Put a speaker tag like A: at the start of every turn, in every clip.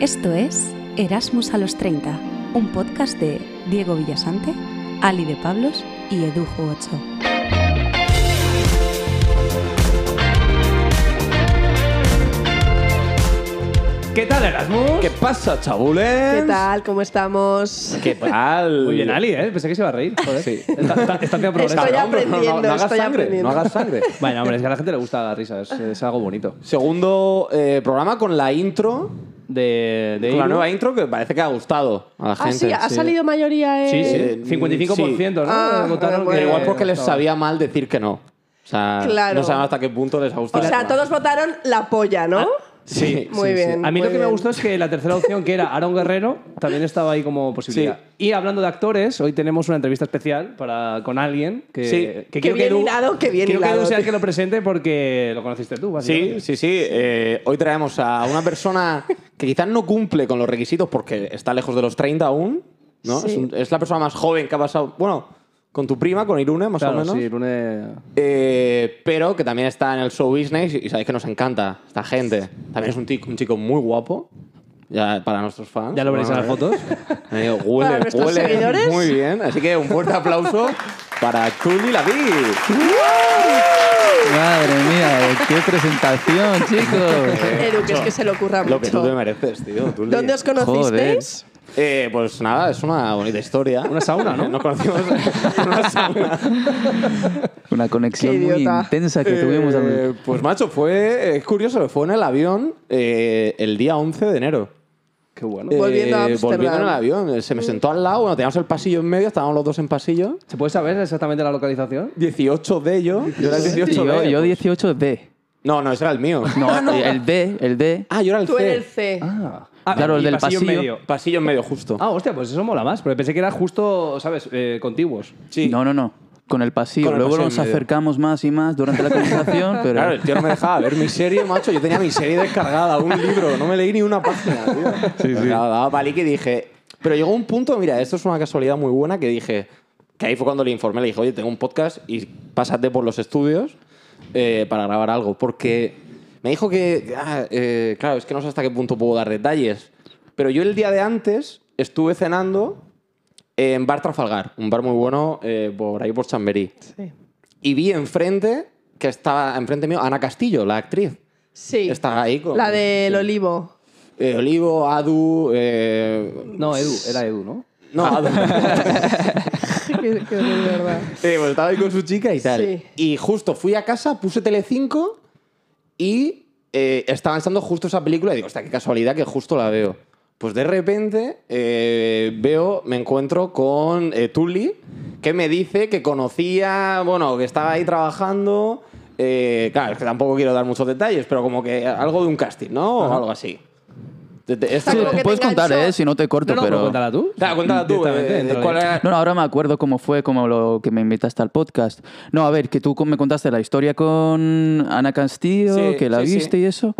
A: Esto es Erasmus a los 30, un podcast de Diego Villasante, Ali de Pablos y Edujo 8.
B: ¿Qué tal, Erasmus?
C: ¿Qué pasa, chabules?
D: ¿Qué tal? ¿Cómo estamos?
C: ¿Qué tal?
B: Muy bien, Ali, ¿eh? Pensé que se iba a reír. Joder.
C: Sí.
B: Está, está, está haciendo progreso.
D: Estoy
C: Cabrón,
B: ¿no?
D: aprendiendo.
C: no, no, no hagas
D: estoy
C: sangre,
D: aprendiendo.
C: No hagas sangre.
B: Bueno, hombre, es que a la gente le gusta la risa. Es, es algo bonito.
C: Segundo eh, programa con la intro.
B: De, de
C: Con la
B: Iru.
C: nueva intro que parece que ha gustado a la
D: Ah,
C: gente.
D: sí, ha salido mayoría en...
B: Sí, sí.
C: Eh,
B: 55%, ¿no?
D: Ah,
B: Votaron
D: bueno.
B: que-
C: Pero igual porque les
B: no.
C: sabía mal decir que no. O sea,
D: Claro.
C: no saben hasta qué punto les ha
D: O
C: gustado.
D: sea, todos votaron la polla, ¿no?
C: Sí,
D: Muy
C: sí, sí.
D: bien.
B: A mí
D: muy
B: lo que me
C: pues.
D: bien.
B: gustó es que la tercera opción, que era Aaron Guerrero, también estaba ahí como posibilidad. Y hablando de actores, hoy tenemos una entrevista especial para, con alguien que,
C: Sí.
B: que
D: Qué
B: quiero que
D: bien
B: Edu-
D: hilado, qué bien
B: quiero que
D: hilado,
B: Edu sea el
D: tío.
B: que lo presente porque lo conociste tú,
C: Sí,
B: básicamente.
C: sí, sí. Eh, hoy traemos a una persona que quizás no cumple con los requisitos porque está lejos de los 30 aún. ¿no?
D: Sí.
C: Es, un- es la persona más joven que ha pasado. Bueno, con tu prima, con Irune, más o
B: Claro,
C: menos.
B: sí, Brune-
C: Eh, pero que también está en el show business y sabéis que nos encanta esta gente. También es un, tic- un chico muy guapo ya, para nuestros fans.
B: Ya lo veréis en las
C: Bueno,
B: fotos.
C: eh, huele,
D: Para nuestros
C: huele
D: seguidores.
C: muy bien. Así que un fuerte aplauso para Chuli Lavi.
E: Madre mía, qué presentación, chicos.
D: Edu, que es que se le ocurra
C: Lo que tú te
D: mucho.
C: mereces, tío. Tuli.
D: ¿Dónde os conocisteis?
C: Eh, pues nada, es una bonita historia.
B: Una sauna, ¿no?
C: Nos conocimos en una sauna.
E: Una
D: Qué
E: conexión muy
D: idiota.
E: intensa que tuvimos.
C: Eh, pues macho, fue, es curioso, fue en el avión eh, el día 11 de enero.
B: Qué bueno.
C: Eh,
D: Volviendo a Ámsterdam.
C: Volviendo en el avión. eh, Se me sentó al lado. Bueno, teníamos el pasillo en medio. Estábamos los dos en pasillo.
B: ¿Se puede saber exactamente la localización?
C: 18 de ellos. Yo era el 18
E: Y yo,
C: de
E: yo 18 D.
C: No, Ah, no, ese era el mío.
E: No, eh, el D, el D.
C: Ah, yo era el
D: Ah, Tú
C: C.
D: eres el C.
B: Ah,
E: claro, el
B: y
E: del
B: en
E: pasillo.
B: medio.
C: Pasillo en medio, justo.
B: Ah, hostia, pues eso mola más, porque pensé que era justo, ¿sabes? Eh, contiguos.
C: sí.
E: No, no, no. Con el pasillo.
C: Con el
E: Luego
C: pasillo
E: nos
C: en medio.
E: acercamos más y más durante la conversación, pero
C: Claro, el tío no me dejaba ver mi serie, macho. Yo tenía mi serie descargada, un libro. No me leí ni una página, tío. Sí, sí. Daba palique y dije... Pero llegó un punto, mira, esto es una casualidad muy buena que dije... Que ahí fue cuando le informé. Le dije, oye, tengo un podcast y pásate por los estudios eh, para grabar algo. Porque me dijo que... ah, eh, claro, es que no sé hasta qué punto puedo dar detalles. Pero yo el día de antes estuve cenando en Bar Trafalgar. Un bar muy bueno eh, por ahí por Chamberí
D: Sí.
C: y vi enfrente que estaba enfrente mío Ana Castillo, la actriz.
D: Sí.
C: Está ahí con
D: La del olivo.
C: eh, Olivo, Adu, eh,
B: No, Edu, era Edu, ¿no?
C: no, Adu.
D: Qué- qué horror, de verdad.
C: Eh, pues estaba ahí con su chica y tal.
D: Sí.
C: Y justo fui a casa, puse Telecinco y eh, estaba lanzando justo esa película y digo, hostia, qué casualidad que justo la veo. Pues de repente eh, veo, me encuentro con eh, Tully, que me dice que conocía, bueno, que estaba ahí trabajando. eh, claro, es que tampoco quiero dar muchos detalles, pero como que algo de un casting, ¿no? O algo así. Te- te- esto-
D: Sí,
E: Sí,
D: como que
E: puedes
D: te
E: contar,
D: enganchó.
E: ¿eh? Si no te corto,
B: no, no,
E: pero...
B: cuéntala tú.
C: Claro, cuéntala tú.
B: Directamente,
C: eh,
B: dentro
C: ¿cuál
B: de-
C: era-
E: No, no, ahora me acuerdo cómo fue, como lo que me invitaste al podcast. No, a ver, que tú me contaste la historia con Ana Castillo,
C: Sí,
E: que la
C: sí,
E: viste
C: sí.
E: y eso.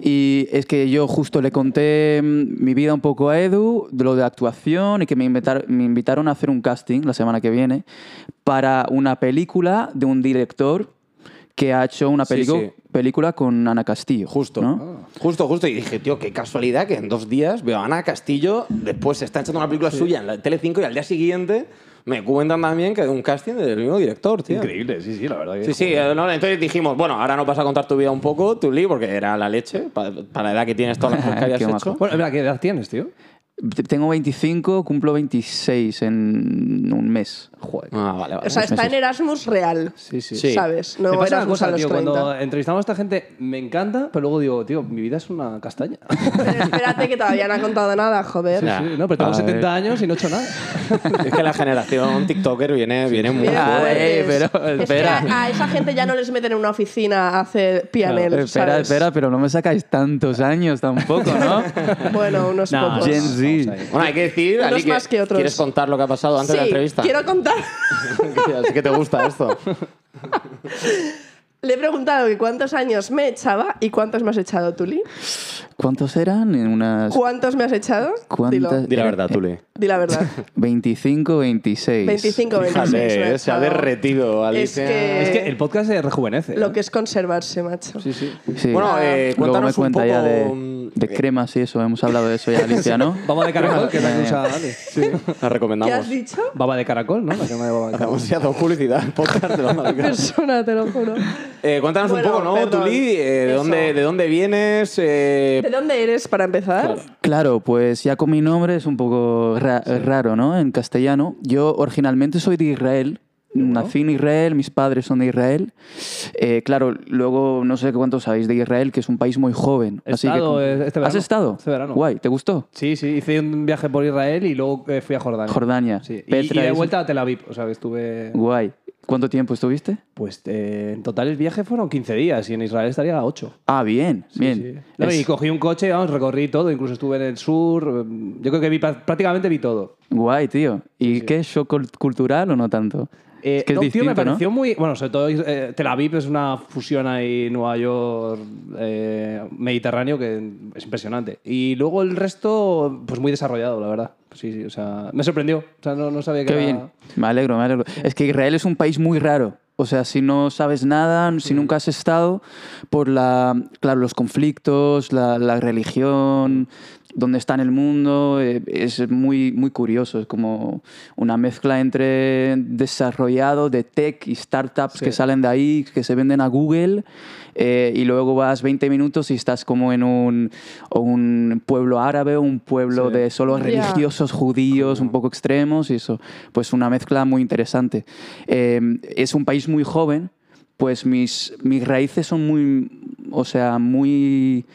E: Y es que yo justo le conté mm, mi vida un poco a Edu, de lo de actuación, y que me, invitar- me invitaron a hacer un casting la semana que viene para una película de un director que ha hecho una
C: Sí,
E: pelicu-
C: sí.
E: película con Ana Castillo.
C: Justo,
E: ¿no?
C: justo, justo. Y dije, tío, qué casualidad que en dos días veo a Ana Castillo, después se está echando una película suya en la Tele5 y al día siguiente me cuentan también que de un casting del mismo director, tío.
B: Increíble, sí, sí, la verdad que
C: Sí, sí, eh, no, entonces dijimos, bueno, ahora nos vas a contar tu vida un poco, tu li, porque era la leche, pa- para, la edad que tienes todas las cosas que habías
E: Qué majo.
C: hecho.
B: Bueno, mira, ¿qué edad tienes, tío?
E: T- Tengo 25, cumplo 26 en un mes.
B: Joder.
C: Ah, vale, vale.
D: O sea, está en Erasmus real.
B: Sí, sí.
C: Sí.
D: ¿Sabes? No
B: me pasa una
D: Erasmus
B: cosa,
D: a los
B: tío,
D: 30.
B: cuando entrevistamos a esta gente me encanta, pero luego digo, tío, mi vida es una castaña.
D: Pero espérate que todavía no ha contado nada, joder.
B: Sí,
C: Ya.
B: sí, no, pero tengo
C: A
B: 70 años y no he hecho nada.
C: es que la generación TikToker viene, viene muy
D: Bien,
E: Ah,
C: fuerte.
E: eh,
D: pues.
E: pero
D: Es que
E: espera.
D: a, a esa gente ya no les meten en una oficina a hacer PNL.
E: Espera,
D: ¿sabes?
E: espera, pero no me sacáis tantos años tampoco, ¿no?
D: Bueno, unos
B: No,
D: pocos.
E: Gen
B: vamos
E: Z.
B: ahí.
C: Bueno, hay que decir,
D: Unos
C: Ali, que,
D: más que otros.
C: ¿quieres contar lo que ha pasado antes de la
D: Sí,
C: entrevista?
D: quiero contar.
C: Así que te gusta esto.
D: Le he preguntado que cuántos años me echaba y cuántos me has echado, Tuli.
E: ¿Cuántos eran? En unas
D: ¿Cuántos me has echado? Dilo.
E: ¿Cuántas?
C: Di la verdad, Tuli.
D: Di la verdad.
E: 25, 26.
D: 25, 26.
C: Fíjate,
D: me ha
C: eh, se ha
D: echado.
C: derretido, Alicia.
D: que-
B: Es que el podcast se rejuvenece.
D: Eh, Lo
B: ¿eh?
D: que es conservarse, macho.
B: Sí, sí.
E: Sí.
C: Bueno, eh,
E: Luego me
C: cuéntanos un
E: cuenta
C: poco
E: ya de-
C: mm,
E: de cremas y eso, hemos hablado de eso ya, Alicia, ¿no?
B: Baba de caracol, que es
D: eh,
B: la que usa Dani.
C: La
D: ¿Qué
C: recomendamos.
D: has dicho?
B: Baba de caracol, ¿no? La crema de baba de caracol.
C: Hacemos ya dos publicidad el podcast de Banda Local.
D: Persona, te lo juro.
C: Eh, cuéntanos
D: Bueno,
C: un poco, ¿no,
D: perdón.
C: Tuli? Eh, ¿de,
D: Eso.
C: dónde, ¿De dónde vienes? Eh,
D: ¿De dónde eres para empezar?
E: Claro, pues ya con mi nombre es un poco ra- raro, ¿no? En castellano. Yo originalmente soy de Israel. Nací en Israel, mis padres son de Israel. Eh, claro, luego no sé cuántos sabéis de Israel, que es un país muy joven.
B: He
E: así que-
B: estado, eh, este
E: ¿Has
B: verano.
E: estado?
B: Este verano.
E: Guay, ¿te gustó?
B: Sí, sí, hice un viaje por Israel y luego eh, fui a Jordania.
E: Jordania,
B: Sí. Y,
E: Petra
B: y de
E: y-
B: vuelta a Tel Aviv, o sea, que estuve...
E: Guay. ¿Cuánto tiempo estuviste?
B: Pues eh, en total el viaje fueron 15 días y en Israel estaría 8.
E: Ah, bien, bien.
B: No,
E: Es-
B: Y cogí un coche, vamos, recorrí todo, incluso estuve en el sur. eh, Yo creo que vi pra- prácticamente vi todo.
E: Guay, tío. ¿Y qué? ¿Shock cult- cultural o no tanto?
B: Eh,
E: es que es
B: no, tío, me
E: distinto, ¿no?
B: pareció muy. Bueno, sobre todo eh, Tel Aviv es una fusión ahí, Nueva York, eh, Mediterráneo, que es impresionante. Y luego el resto, pues muy desarrollado, la verdad. Pues sí, sí, o sea, me sorprendió. O sea, no, no sabía que
E: Qué
B: era-
E: bien. Me alegro, me alegro. Es que Israel es un país muy raro. O sea, si no sabes nada, si nunca has estado, por la, claro, los conflictos, la, la religión, dónde está en el mundo, eh, es muy, muy curioso. Es como una mezcla entre desarrollado de tech y startups que salen de ahí, que se venden a Google, eh, y luego vas 20 minutos y estás como en un, o un pueblo árabe, o un pueblo de solo
D: Ya.
E: religiosos esos judíos un poco extremos y eso. Pues una mezcla muy interesante. Eh, es un país muy joven, pues mis, mis raíces son muy, o sea, muy,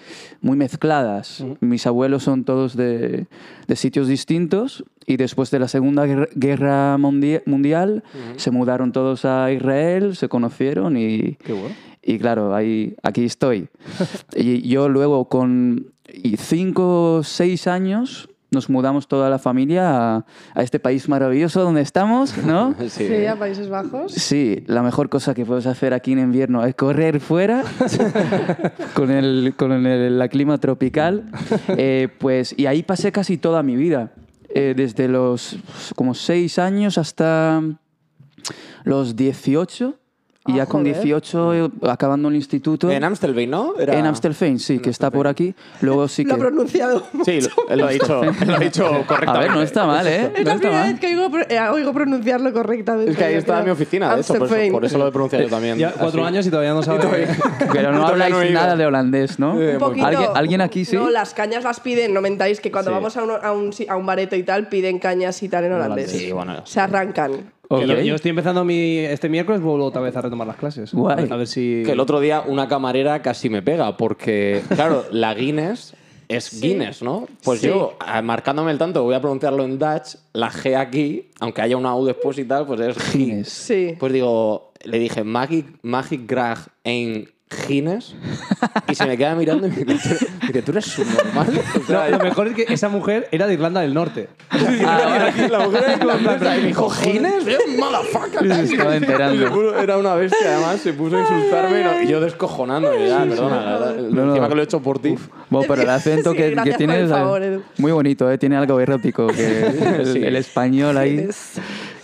E: muy mezcladas. Mis abuelos son todos de, de sitios distintos y después de la Segunda Guerra- Guerra Mundi- Mundial se mudaron todos a Israel, se conocieron y...
B: Qué bueno.
E: Y claro, ahí, aquí estoy. y yo luego con y cinco, seis años nos mudamos toda la familia a, a este país maravilloso donde estamos, ¿no?
C: sí.
D: Sí, a Países Bajos.
E: Sí, la mejor cosa que puedes hacer aquí en invierno es correr fuera con, el, con el- la clima tropical. Eh, pues, y ahí pasé casi toda mi vida, Eh, desde los como 6 años hasta los 18. Y
D: Ah,
E: ya con
D: joder.
E: 18, eh, acabando el instituto.
C: En Amstelveen, ¿no? Era-
E: En Amstelfein, sí, que está por aquí. Luego sí que...
D: Lo ha pronunciado.
C: Sí, lo, lo ha dicho, lo ha dicho
E: A
C: correctamente.
E: ver, no está mal, ¿eh?
D: Es
E: No
D: la
E: está
D: primera
E: mal.
D: vez que oigo, pro- eh, oigo pronunciarlo correctamente.
C: Es que ahí
D: yo
C: está
D: creo.
C: mi oficina, de hecho, por eso,
D: Amstelveen.
C: por eso lo he pronunciado yo también.
B: Ya cuatro
C: así.
B: años y todavía no sabes.
E: Pero no
C: Yo todavía
E: habláis
C: no he ido. Eh,
E: nada de holandés, ¿no?
D: Un poquito.
E: ¿Alguien, alguien aquí sí?
D: No, las cañas las piden, no mentáis, que cuando
E: Sí.
D: vamos a un, a, un, si- a un bareto y tal, piden cañas y tal en holandés.
C: Sí, bueno.
D: Se arrancan.
E: Ok.
B: Que lo- Yo estoy empezando mi. Este miércoles vuelvo otra vez a retomar las clases.
E: Guay.
B: A ver si.
C: Que el otro día una camarera casi me pega, porque, claro, la Guinness es Guinness, ¿no? Pues
D: Sí.
C: yo, a- marcándome el tanto, voy a pronunciarlo en Dutch, la G aquí, aunque haya una U después y tal, pues es Guinness.
E: Guinness.
D: Sí.
C: Pues digo, le dije, Magic, Magic Grag en Guinness, y se me queda mirando y me dice, "Tú- dice, ¿tú eres subnormal? O sea,
B: No, lo mejor es que esa mujer era de Irlanda del Norte.
C: la mujer era irlandesa y me dijo, Guinness, eh, motherfucker.
E: Se estaba enterando.
C: Te juro, Era una bestia, además, se puso a insultarme y no- y yo descojonando. y ya, perdona, la verdad,
E: No, no.
C: encima que lo he hecho por ti.
E: Bueno, pero el acento
D: Sí,
E: que, que
D: gracias por
E: tiene
D: el
E: es, eh,
D: favor, Edu.
E: muy bonito, ¿eh? tiene algo erótico, que el,
C: Sí.
E: el español ahí.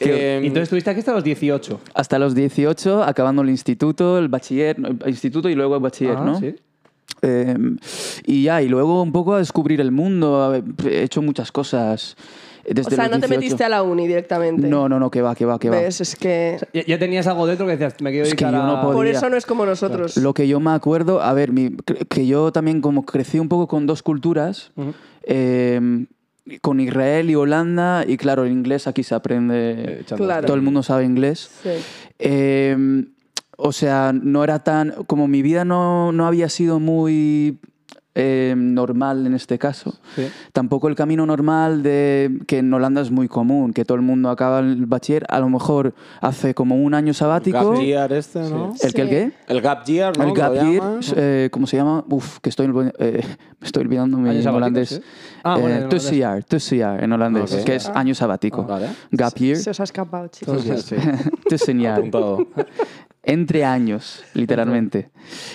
C: Eh,
B: Y entonces estuviste aquí hasta los 18.
E: Hasta los 18, acabando el instituto, el bachiller, no, el instituto y luego el bachiller,
B: Ah,
E: ¿no?
B: sí.
E: Eh, y ya, y luego un poco a descubrir el mundo, a- he hecho muchas cosas eh,
D: O
E: desde
D: sea,
E: los
D: no te
E: 18.
D: metiste a la uni directamente.
E: No, no, no, que va, que va, que va.
D: ¿Ves? Es que...
B: Ya, ya tenías algo dentro que decías, me quiero
E: Es que
B: dedicar
E: yo no
B: a-
E: podía.
D: Por
E: podría.
D: eso no es como nosotros.
E: Lo que yo me acuerdo, a ver, mi- cre- que yo también como crecí un poco con dos culturas, eh, con Israel y Holanda, y claro, el inglés aquí se
B: Eh,
E: aprende,
D: Claro.
E: todo el mundo sabe inglés.
D: Sí.
E: Eh, o sea, no era tan. Como mi vida no, no había sido muy eh, normal en este caso.
B: Sí.
E: Tampoco el camino normal de que en Holanda es muy común, que todo el mundo acaba el bachiller, a lo mejor hace como un año sabático.
C: Gap Year este, ¿no?
E: ¿El que el
D: Sí.
E: qué?
C: El Gap Year, ¿no?
E: El
C: Que
E: gap
C: lo
E: year,
C: llaman.
E: eh, ¿cómo se llama? Uf, que estoy, olvi- eh, me estoy olvidando mi
B: Año sabático,
E: holandés.
B: sí. Ah, bueno,
E: Eh,
B: en holandés.
E: tussenjaar, tussenjaar en holandés,
C: Ok.
E: que es año sabático.
C: Ah, vale.
E: Gap year,
D: Se os ha escapado, chicos.
C: Entonces, sí.
E: tussenjaar.
C: Apuntado.
E: Entre años, literalmente.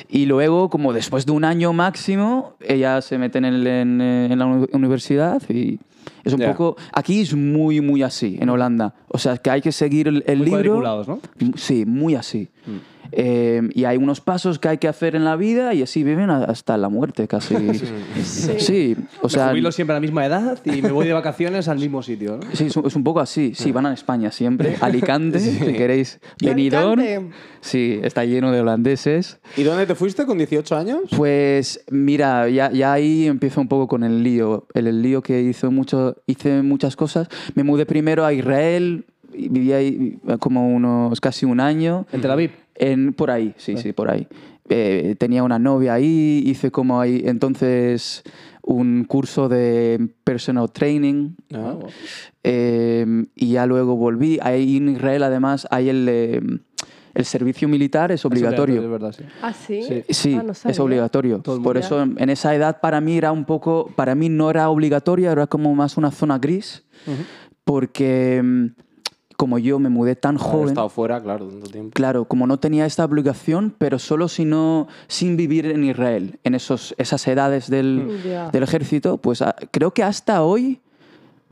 E: Y luego, como después de un año máximo, ella se mete en, el- en, eh, en la uni- universidad y es un
C: Ya.
E: poco... Aquí es muy, muy así, en Holanda. O sea, que hay que seguir el, el
B: Mm. Muy Mm.
E: libro...
B: cuadriculados, ¿no?
E: M- Sí, muy así. Eh, y hay unos pasos que hay que hacer en la vida y así viven a- hasta la muerte casi.
D: Sí.
E: Sí, o sea...
B: me jubilo siempre a la misma edad y me voy de vacaciones al mismo sitio, ¿no?
E: Sí, es un, es un poco así. Sí, van a España siempre. Alicante, si queréis.
D: Yo
E: Benidorm.
D: Alicante.
E: Sí, está lleno de holandeses.
C: ¿Y dónde te fuiste con 18 años?
E: Pues mira, ya, ya ahí empiezo un poco con el lío. El, el lío que hizo mucho, hice muchas cosas. Me mudé primero a Israel, y viví ahí eh, como unos casi un año.
B: En Tel Aviv.
E: En, por ahí, sí, sí, por ahí. Eh, tenía una novia ahí, hice como ahí entonces un curso de personal training.
C: Ah,
E: Eh, y ya luego volví. Ahí en Israel además hay el, eh, el servicio militar, es obligatorio.
B: Es verdad, sí.
D: ¿Ah, sí?
E: Sí,
D: Ah, no
E: es
D: sabía.
E: obligatorio.
B: Todo el
E: Por
B: mundo.
E: eso en en esa edad para mí era un poco, para mí no era obligatoria, era como más una zona gris, porque mm, como yo me mudé tan
C: Haber
E: joven,
C: estado fuera, claro, tanto tiempo.
E: claro, como no tenía esta obligación, pero solo si no, sin vivir en Israel, en esos, esas edades del,
D: Mm. Ya.
E: del ejército, pues ah, creo que hasta hoy,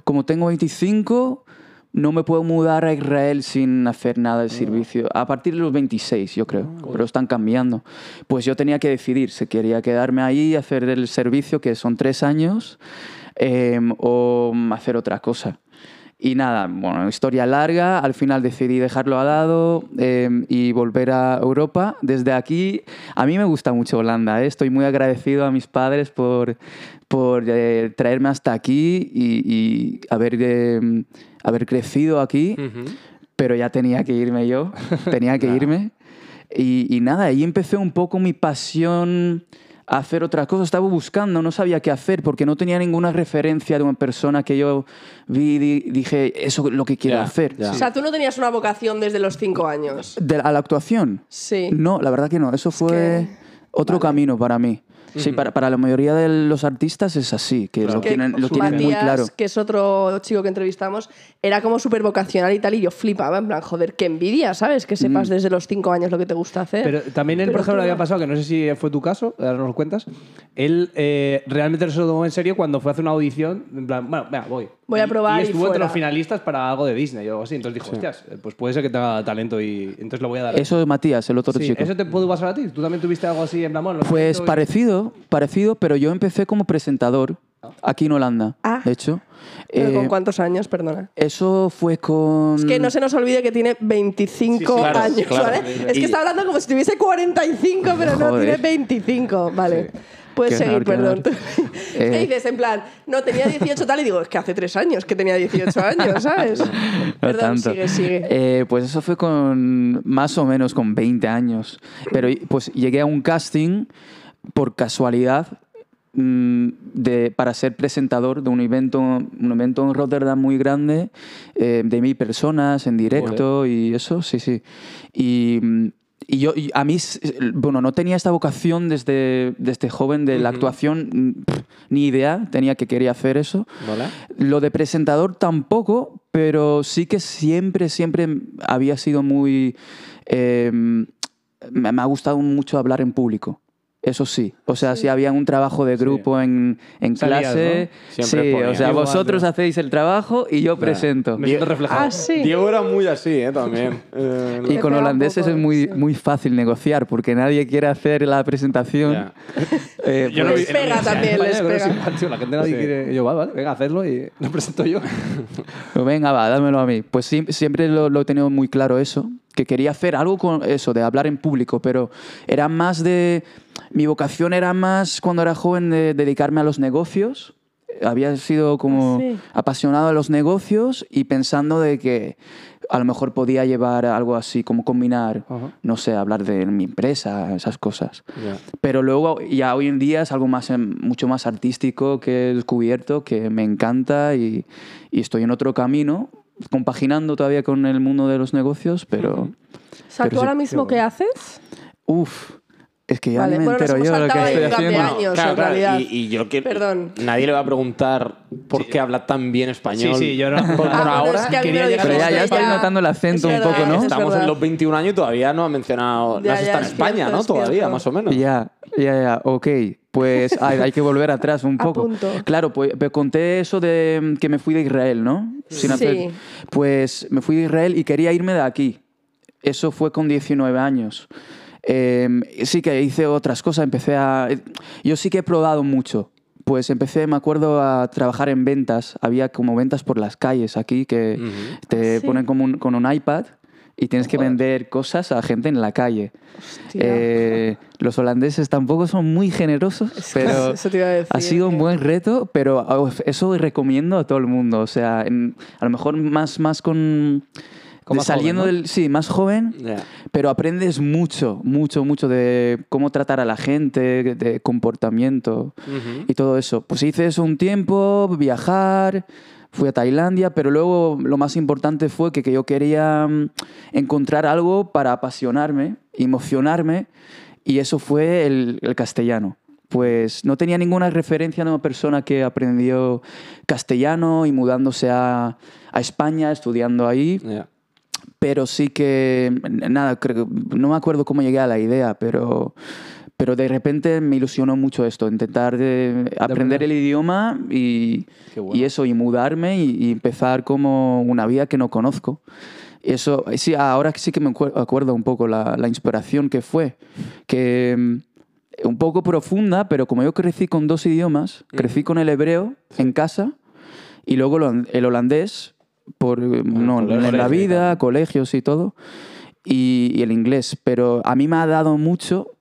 E: como tengo 25... No me puedo mudar a Israel sin hacer nada de servicio. A partir de los 26, yo creo. pero están cambiando. Pues yo tenía que decidir si quería quedarme ahí, hacer el servicio, que son tres años, eh, o hacer otra cosa. Y nada, bueno, historia larga. Al final decidí dejarlo al lado eh, y volver a Europa. Desde aquí, a mí me gusta mucho Holanda. eh. Estoy muy agradecido a mis padres por, por eh, traerme hasta aquí y, y haber, eh, haber crecido aquí
C: Hmm.
E: pero ya tenía que irme yo, tenía que irme. Y, y nada, ahí empecé un poco mi pasión a hacer otras cosas. Estaba buscando, no sabía qué hacer porque no tenía ninguna referencia de una persona que yo vi y di- dije, eso es lo que quiero
C: Ya,
E: hacer.
C: ya.
D: O sea, tú no tenías una vocación desde los cinco años.
E: De la- a la actuación.
D: Sí.
E: No, la verdad que no. Eso
D: que-
E: fue otro camino para mí. Sí, para, para la mayoría de los artistas es así, que lo
D: Que
E: tienen, lo tienen muy
D: Matías,
E: claro.
D: que es otro chico que entrevistamos, era como súper vocacional y tal, y yo flipaba, en plan, joder, qué envidia, ¿sabes? Que sepas desde los cinco años lo que te gusta hacer.
B: Pero también él,
D: Pero
B: por ejemplo,
D: tú-
B: le había pasado, que no sé si fue tu caso, ahora nos lo cuentas, él eh, realmente no se lo tomó en serio cuando fue a hacer una audición, en plan, bueno, venga, voy.
D: Voy a
B: Y-
D: probar
B: Y
D: y
B: estuvo entre
D: fuera.
B: los finalistas para algo de Disney o algo así, entonces dijo, hostias, eh, pues puede ser que tenga talento y entonces lo voy a dar.
E: Eso es Matías, el otro
B: Sí,
E: chico.
B: ¿Eso te puede pasar a ti? ¿Tú también tuviste algo así en plan, bueno, lo
E: Pues
B: siento y-
E: parecido, parecido, pero yo empecé como presentador aquí en Holanda,
D: Ah.
E: de hecho.
D: ¿Pero
E: Eh, mm.
D: ¿Con cuántos años, perdona?
E: eso fue con...
D: Es que no se nos olvide que tiene 25
C: Sí, sí, claro,
D: años,
C: claro.
D: ¿vale? Es que
C: Y-
D: está hablando como si tuviese 45, pero no,
E: Joder.
D: tiene 25, vale. Puedes
E: Qué
D: seguir,
E: honor, qué
D: perdón.
E: honor.
D: Es que
E: Eh.
D: dices, en plan, no, tenía 18 tal, y digo, es que hace 3 años que tenía 18 años, ¿sabes?
E: No
D: perdón,
E: tanto.
D: sigue, sigue.
E: Eh, pues eso fue con más o menos con 20 años. Pero pues llegué a un casting por casualidad mm, de, para ser presentador de un evento, un evento en Rotterdam muy grande, eh, de mil personas en directo y eso, sí, sí. Y, mm, y yo, y a mí, s- bueno, no tenía esta vocación desde, desde joven de la actuación, mm, pff, ni idea, tenía que quería hacer eso.
C: ¿Vale?
E: Lo de presentador tampoco, pero sí que siempre, siempre había sido muy... eh, me me ha gustado mucho hablar en público. Eso sí. O sea, si había un trabajo de grupo en, en
B: Salías,
E: clase.
C: ¿no? Siempre
E: sí,
C: ponías.
E: o sea,
B: Igual,
E: vosotros
B: ¿no?
E: hacéis el trabajo y yo presento.
B: Me siento reflejado.
D: Ah, sí.
C: Diego era muy así, ¿eh? También. Eh,
E: Y con
D: pega un
E: holandeses
D: poco,
E: es muy,
D: sí.
E: muy fácil negociar porque nadie quiere hacer la presentación.
C: Ya.
E: Eh,
B: Yo no
D: Les
B: vi- en la universidad de
D: pega también,
B: España,
D: les
B: yo creo que
D: pega.
B: sí, macho, la gente nadie
C: Sí.
B: quiere... Yo, vale, vale, venga, hacerlo y lo presento yo.
E: Pero venga, va, dámelo a mí. Pues sí, siempre lo, lo he tenido muy claro eso, que quería hacer algo con eso, de hablar en público, pero era más de... Mi vocación era más cuando era joven de dedicarme a los negocios. Había sido como
D: Ah, sí.
E: apasionado a los negocios y pensando de que a lo mejor podía llevar algo así, como combinar,
B: Ajá.
E: no sé, hablar de mi empresa, esas cosas.
C: Ya.
E: Pero luego, ya hoy en día es algo más, em, mucho más artístico que he descubierto, que me encanta y, y estoy en otro camino, compaginando todavía con el mundo de los negocios, pero.
D: O sea,
E: pero
D: ¿tú
E: sí,
D: ahora mismo qué haces?
E: Uff, es que ya
D: Vale,
E: ni me
D: bueno, nos
E: entero
D: hemos
E: yo lo que
D: saltado ahí
E: estoy
D: un cambio de
E: haciendo.
D: años, en realidad.
C: Y, y yo que
D: Perdón.
C: nadie le va a preguntar por qué habla tan bien
B: Sí,
C: español.
B: sí, yo no...
C: Por,
D: Ah,
C: por
D: bueno,
C: ahora
D: es que a mí me
B: quería
D: lo
B: llegar-
D: dijo
E: Pero ya- ya
D: usted,
E: estoy notando el acento
D: Es
E: un poco,
D: verdad,
E: ¿no?
D: Eh, es
C: estamos en
D: verdad.
C: los 21 años y todavía no ha mencionado.
D: Ya,
C: no has
D: ya,
C: estado en
D: es cierto,
C: España, ¿no?
D: es cierto.
C: Todavía, más o menos.
E: Ya, ya, ya, ok. Pues hay, hay que volver atrás un
D: A
E: poco.
D: punto.
E: Claro, pues pero conté eso de mm, que me fui de Israel, ¿no?
D: Sí.
E: Pues me fui de Israel y quería irme de aquí. Eso fue con 19 años. Eh, sí que hice otras cosas, empecé a... Yo sí que he probado mucho. Pues empecé, me acuerdo, a trabajar en ventas. Había como ventas por las calles aquí que te
D: Ah, Sí.
E: ponen como un- con un iPad y tienes que
B: Joder.
E: vender cosas a gente en la calle.
D: Hostia.
E: Eh, los holandeses tampoco son muy generosos,
D: Es que
E: pero
D: eso te iba a decir,
E: ha sido un
D: que-
E: buen reto, pero oh, eso recomiendo a todo el mundo. O sea, en- a lo mejor más, más con...
B: Con más
E: saliendo
B: joven,
E: del... Sí, más joven,
C: Ya.
E: pero aprendes mucho, mucho, mucho de cómo tratar a la gente, de comportamiento y todo eso. Pues hice eso un tiempo, viajar, fui a Tailandia, pero luego lo más importante fue que, que yo quería mm, encontrar algo para apasionarme, emocionarme, y eso fue el, el castellano. Pues no tenía ninguna referencia de una persona que aprendió castellano y mudándose a, a España, estudiando ahí
C: Ya.
E: pero sí que nada creo que- no me acuerdo cómo llegué a la idea pero pero de repente me ilusionó mucho esto intentar de aprender el idioma y,
B: Qué bueno.
E: y eso y mudarme y, y empezar como una vida que no conozco eso sí ahora sí que me encuer- acuerdo un poco la, la inspiración que fue que mm, un poco profunda pero como yo crecí con dos idiomas crecí con el hebreo en casa y luego lo- el holandés por mm, no,
C: colegio,
E: en la
C: colegio y
E: vida, colegios y todo, y, y el inglés. Pero a mí me ha dado mucho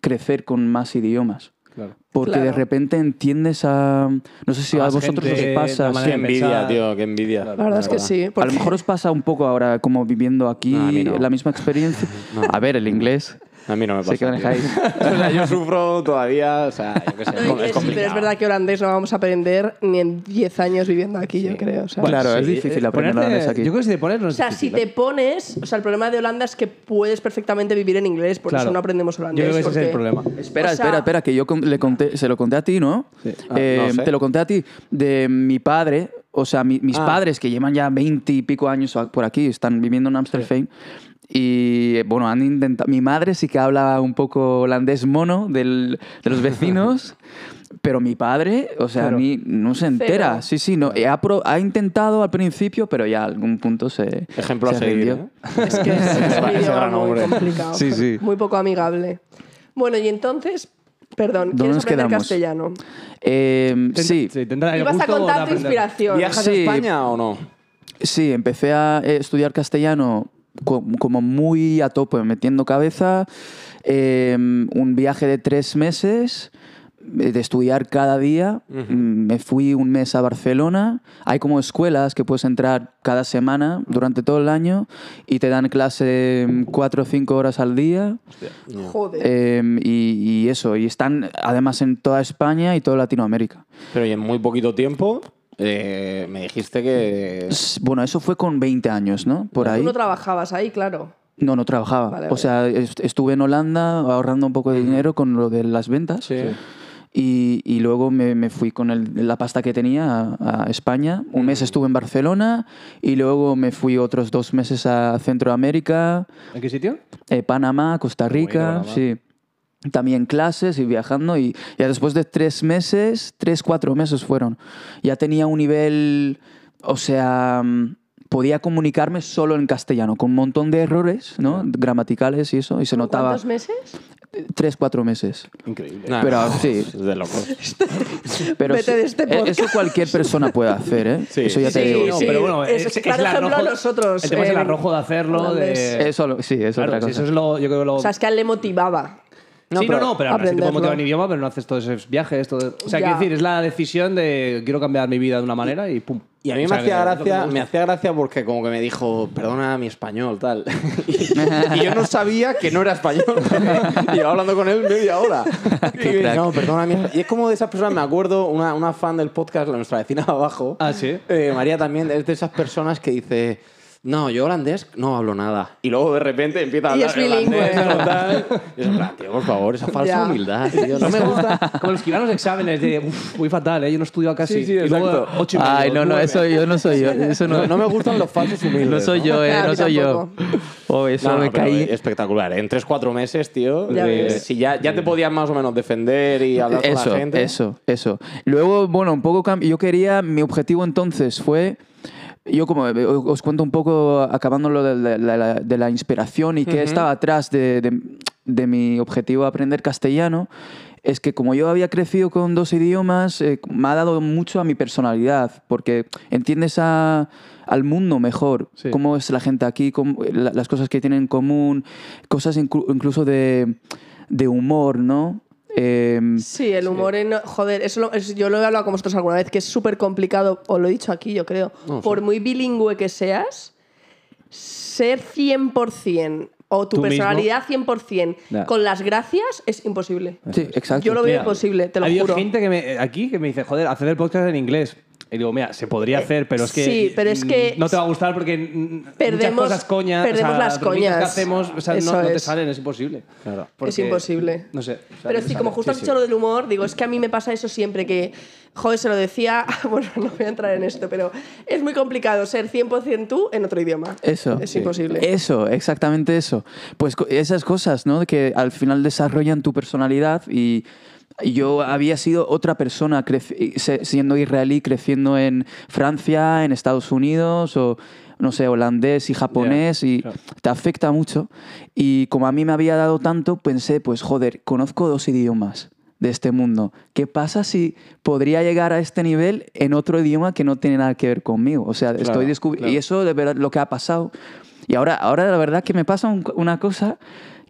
E: crecer con más idiomas.
B: Claro.
E: Porque de
D: Claro.
E: repente entiendes a... No sé si
B: A
E: a,
B: más
E: vosotros
B: gente,
E: os pasa...
B: la
E: sí.
C: Qué
B: manera
C: envidia,
B: Pensar-
C: tío, qué envidia.
B: Claro.
D: La verdad es que sí.
E: A
D: porque-
E: lo mejor os pasa un poco ahora como viviendo aquí
C: No, a mí no.
E: la misma experiencia. A ver, el inglés.
C: A mí no me pasa.
E: Sé que manejáis.
C: tío. O sea, yo sufro todavía, o sea, yo qué sé.
D: No, inglés
C: es
D: sí, pero es verdad que holandés no vamos a aprender ni en 10 años viviendo aquí, yo creo. O sea,
E: Claro, es
B: sí,
E: difícil
B: eh,
E: aprender
B: ponerte-
E: holandés aquí.
B: Yo creo que si te pones no
D: O
B: es
D: sea, si
B: difícil,
D: te
B: ¿eh?
D: pones, o sea, el problema de Holanda es que puedes perfectamente vivir en inglés, por
B: Claro.
D: eso no aprendemos holandés.
B: Yo creo que ese es el
D: porque-
B: problema.
E: Espera,
D: O sea-
E: espera, espera, que yo con- le conté, se lo conté a ti, ¿no?
B: Sí.
C: Ah,
E: Eh,
C: no sé.
E: Te lo conté a ti, de mi padre, o sea, mi- mis
C: Ah.
E: padres que llevan ya 20 y pico años a- por aquí, están viviendo en Amsterdam. Y eh, bueno, han intentado. Mi madre sí que habla un poco holandés mono del- de los vecinos, pero mi padre, o sea,
B: Claro.
E: ni, no se entera.
D: Cero.
E: Sí, sí, no. eh, Ha, pro- ha intentado al principio, pero ya a algún punto se.
C: Ejemplo
E: se
C: a seguir.
E: rindió.
C: ¿eh?
D: Es que es un
C: Ese
D: idioma
C: gran
D: muy
C: hombre.
D: complicado.
E: Sí, sí.
D: Muy poco amigable. Bueno, y entonces, perdón,
E: ¿Dónde
D: ¿quieres
E: nos
D: aprender
E: quedamos?
D: castellano?
E: Eh,
B: Ten-
E: sí.
B: tendrá el
D: Ibas a
B: gusto de
D: contar tu
B: aprender.
D: inspiración.
C: ¿Viajas
E: Sí.
C: a España o no?
E: Sí, empecé a eh, estudiar castellano co- como muy a tope, metiendo cabeza. eh, un viaje de tres meses, eh, de estudiar cada día. Mm, Me fui un mes a Barcelona. Hay como escuelas que puedes entrar cada semana durante todo el año y te dan clase mm, cuatro o cinco horas al día.
D: Joder.
E: eh, y, y eso, y están además en toda España y toda Latinoamérica.
C: Pero y en muy poquito tiempo eh, me dijiste que...
E: S- Bueno, eso fue con 20 años, ¿no? Por ahí.
D: Tú no trabajabas ahí, claro.
E: No, no trabajaba.
D: Vale,
E: o
D: vale.
E: sea, est- estuve en Holanda ahorrando un poco de dinero con lo de las ventas. Y, y luego me, me fui con el- la pasta que tenía a, a España. Un mes estuve en Barcelona y luego me fui otros dos meses a Centroamérica,
B: ¿En qué sitio?
E: eh, Panamá, Costa Rica.
B: Panamá.
E: Sí. También clases y viajando. Y ya después de tres meses, tres, cuatro meses fueron. Ya tenía un nivel, o sea, mm, podía comunicarme solo en castellano, con un montón de errores, ¿no? Gramaticales y eso. Y se
D: ¿Con
E: notaba
D: ¿Cuántos meses?
E: tres, cuatro meses.
B: Increíble.
C: Nah,
E: Pero
C: no,
E: sí.
C: Es de locos.
E: Pero
D: Vete
E: sí,
D: de este
E: eh, Eso
D: podcast.
E: cualquier persona puede hacer, ¿eh?
C: Sí.
E: Eso ya te
D: Sí,
E: digo.
B: no,
D: sí.
B: pero bueno,
D: Es-
B: es,
D: claro
B: el
D: ejemplo
B: arrojo-
D: nosotros,
B: El tema es el
D: eh,
B: arrojo de hacerlo. De,
D: holandés.
E: Eso lo- sí, es
B: eh, Claro,
E: otra
B: sí,
E: cosa.
B: eso es lo. Yo creo que lo.
D: O sea, es que a él le motivaba.
B: no, sí, no, no, pero ahora sí te
D: aprenderlo.
B: puedo motivar un idioma, pero no haces todos esos viajes. Todo... O sea,
D: Ya.
B: quiero decir, es la decisión de quiero cambiar mi vida de una manera y pum.
C: Y a mí
B: O sea,
C: me
B: que es
C: hacía
B: lo que
C: gracia,
B: gusta.
C: me hacía gracia porque como que me dijo, perdona mi español, tal. y, y yo no sabía que no era español. y yo hablando con él media hora. Y, me dice, no, perdona mi espa-". Y es como de esas personas, me acuerdo, una, una fan del podcast, la nuestra vecina de abajo.
B: Ah, ¿sí?
C: eh, María también es de esas personas que dice, no, yo holandés no hablo nada. Y luego de repente empieza a
D: Y
C: hablar
D: es bilingüe.
C: holandés, ¿no? tal. Y es en plan, tío, por favor, esa falsa
D: Ya.
C: humildad. tío, no
B: No
C: me
B: me
C: gusta.
B: gusta. Como los que iban a los exámenes de, uff, voy fatal, ¿eh? yo no estudio casi.
C: Sí, sí,
B: y luego,
C: exacto.
B: ocho y medio,
E: Ay, no, no,
B: nueve.
E: eso yo no soy yo. Eso no,
C: No, no me gustan los falsos humildes.
E: no soy
C: ¿no?
E: yo, ¿eh?
D: A
E: No
D: mí
E: soy yo.
D: tampoco.
E: Oh, eso
C: No, no,
E: me
C: pero
E: caí.
C: Espectacular. En 3-4 meses, tío.
D: Ya
C: eh,
D: ves.
C: si ya, ya te podías más o menos defender y hablar
E: eso,
C: con la gente.
E: Eso, eso. Luego, bueno, un poco cam- Yo quería, mi objetivo entonces fue Yo como eh, os cuento un poco, acabando lo de la, la- la- de la inspiración y qué estaba atrás de, de- de mi objetivo de aprender castellano, es que como yo había crecido con dos idiomas, eh, me ha dado mucho a mi personalidad, porque entiendes a- al mundo mejor,
B: Sí.
E: cómo es la gente aquí, cómo- la- las cosas que tienen en común, cosas inclu- incluso de, de humor, ¿no? Em,
D: Sí, el humor en. Joder, eso lo- es- yo lo he hablado con vosotros alguna vez, que es súper complicado, os lo he dicho aquí, yo creo. Por muy bilingüe que seas, ser 100% o tu
B: Tú mismo.
D: personalidad 100%
B: Ya.
D: con las gracias es imposible.
E: sí, exacto.
D: Yo lo veo
B: Mira,
D: imposible, te lo
B: ha habido
D: juro.
B: gente que me, aquí que me dice, joder, hacer el podcast en inglés. Y digo, mira, se podría hacer, pero es que.
D: Eh, sí, pero es
B: mm,
D: que
B: No te va a gustar porque. mm, muchas
D: perdemos-
B: cosas coñas.
D: perdemos las coñas.
B: que hacemos, o sea,
D: Eso
B: no, no te
D: es.
B: salen, es imposible.
D: Es imposible.
B: No sé. o sea, no
D: Pero
B: te
D: sí, como
B: sale.
D: justo has
B: Sí,
D: dicho
B: sí.
D: lo del humor, digo, es que a mí me pasa eso siempre, que, joder, se lo decía, bueno, no voy a entrar en esto, pero es muy complicado ser 100% tú en otro idioma.
E: Eso.
D: Es
E: Sí.
D: imposible.
E: Eso, exactamente eso. Pues co- esas cosas, ¿no? Que al final desarrollan tu personalidad y yo había sido otra persona creci- se- siendo israelí, creciendo en Francia, en Estados Unidos o no sé, holandés y japonés y
B: claro.
E: te afecta mucho. Y como a mí me había dado tanto, pensé, pues joder, conozco dos idiomas de este mundo. ¿Qué pasa si podría llegar a este nivel en otro idioma que no tiene nada que ver conmigo? O sea, estoy descubriendo... Y eso de verdad lo que ha pasado. Y ahora, ahora la verdad que me pasa un- una cosa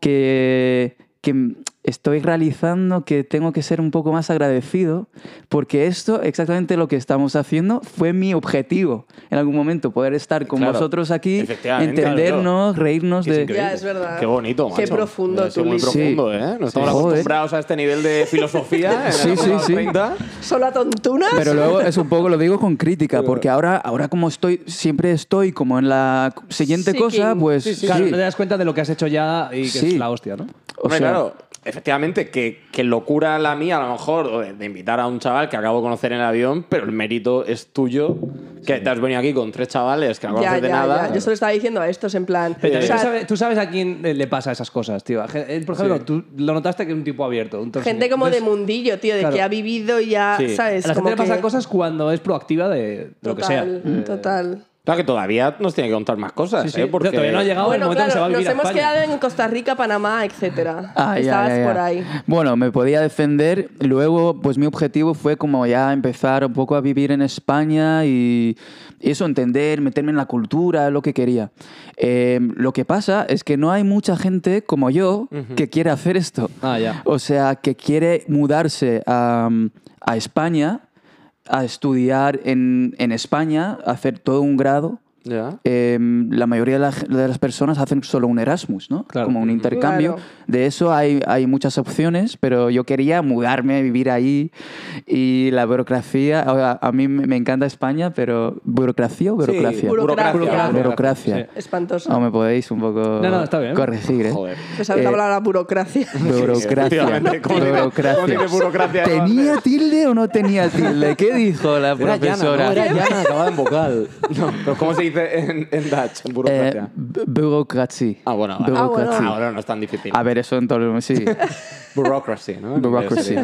E: que, que estoy realizando, que tengo que ser un poco más agradecido, porque esto, exactamente lo que estamos haciendo, fue mi objetivo en algún momento, poder estar con
C: Claro.
E: vosotros aquí,
C: Efectivamente,
E: entendernos, reírnos
C: Es
E: de...
C: increíble.
D: Ya, es verdad.
C: Qué bonito,
D: Qué
C: macho.
D: profundo
C: Ha sido
D: tu
C: Muy
D: libro.
C: profundo,
E: Sí.
C: ¿eh? No
E: Sí.
C: estamos
E: Joder.
C: acostumbrados a este nivel de filosofía. en
E: Sí,
C: el
E: sí,
C: año
E: sí.
C: 30.
D: ¿Solo a tontunas?
E: Pero luego es un poco, lo digo con crítica, porque ahora, ahora como estoy, siempre estoy como en la siguiente
D: Seeking.
E: cosa, pues sí,
B: Claro, no te das cuenta de lo que has hecho ya y que es
E: Sí.
B: la hostia, ¿no?
E: o
C: Hombre,
E: sea,
C: claro, efectivamente, que, que locura la mía, a lo mejor, o de, de invitar a un chaval que acabo de conocer en el avión, pero el mérito es tuyo, que te has venido aquí con tres chavales que no
D: ya,
C: conoces
D: ya,
C: de nada.
D: ya. Yo solo estaba diciendo a estos en plan.
B: Pero también
D: o sea,
B: tú, sabes, tú sabes a quién eh, le pasa esas cosas, tío. A gen- eh, Por ejemplo, tú lo notaste que es un tipo abierto. un torso-
D: gente como de
B: Entonces,
D: mundillo, tío, de
B: claro.
D: que ha vivido y ya,
C: Sí.
D: ¿sabes?
B: A la gente
D: Como
B: le pasan
D: que-
B: cosas cuando es proactiva de, de lo que
E: Mm.
B: sea.
D: Total, total.
C: Claro que todavía nos tiene que contar más cosas,
B: Sí, sí.
C: ¿eh? Porque...
B: Todavía no ha llegado el
D: Bueno,
B: momento en que se va a
D: claro, nos
B: vivir a
D: hemos
B: España.
D: quedado en Costa Rica, Panamá, etcétera.
E: Ah, ya,
D: Estabas
E: ya, ya.
D: por ahí.
E: Bueno, me podía defender. Luego, pues mi objetivo fue como ya empezar un poco a vivir en España y eso, entender, meterme en la cultura, lo que quería. Eh, lo que pasa es que no hay mucha gente como yo que quiere hacer esto.
B: Ah, ya.
E: O sea, que quiere mudarse a, a España, a estudiar en, en España, hacer todo un grado.
C: Ya.
E: Eh, la mayoría de, la- de las personas hacen solo un Erasmus, ¿no?
B: Claro.
E: Como un intercambio.
D: Claro.
E: De eso hay, hay muchas opciones, pero yo quería mudarme, vivir ahí y la burocracia. ahora, a mí me me encanta España, pero burocracia o burocracia.
D: buro- Burocracia.
E: burocracia.
B: Sí.
D: Espantoso.
E: O me podéis un poco
B: No, no, está bien.
E: corregir, ¿eh?
C: Joder.
D: Me salta
E: Eh,
D: la palabra burocracia.
E: Burocracia.
C: Efectivamente, ¿cómo tiene- cómo tiene burocracia?
E: ¿Tenía tilde o no tenía tilde? ¿Qué dijo la profesora? Eh,
C: llana, acabada en vocal. No, pero ¿cómo se dice en, en Dutch? En burocracia.
E: Eh, bu- burocracia.
C: ah, bueno, vale.
D: Ah, bueno.
E: Burocracia.
C: Ahora no es tan difícil.
E: A ver, eso en todo el sí.
C: Bureaucracy, ¿no?
E: Bureaucracy.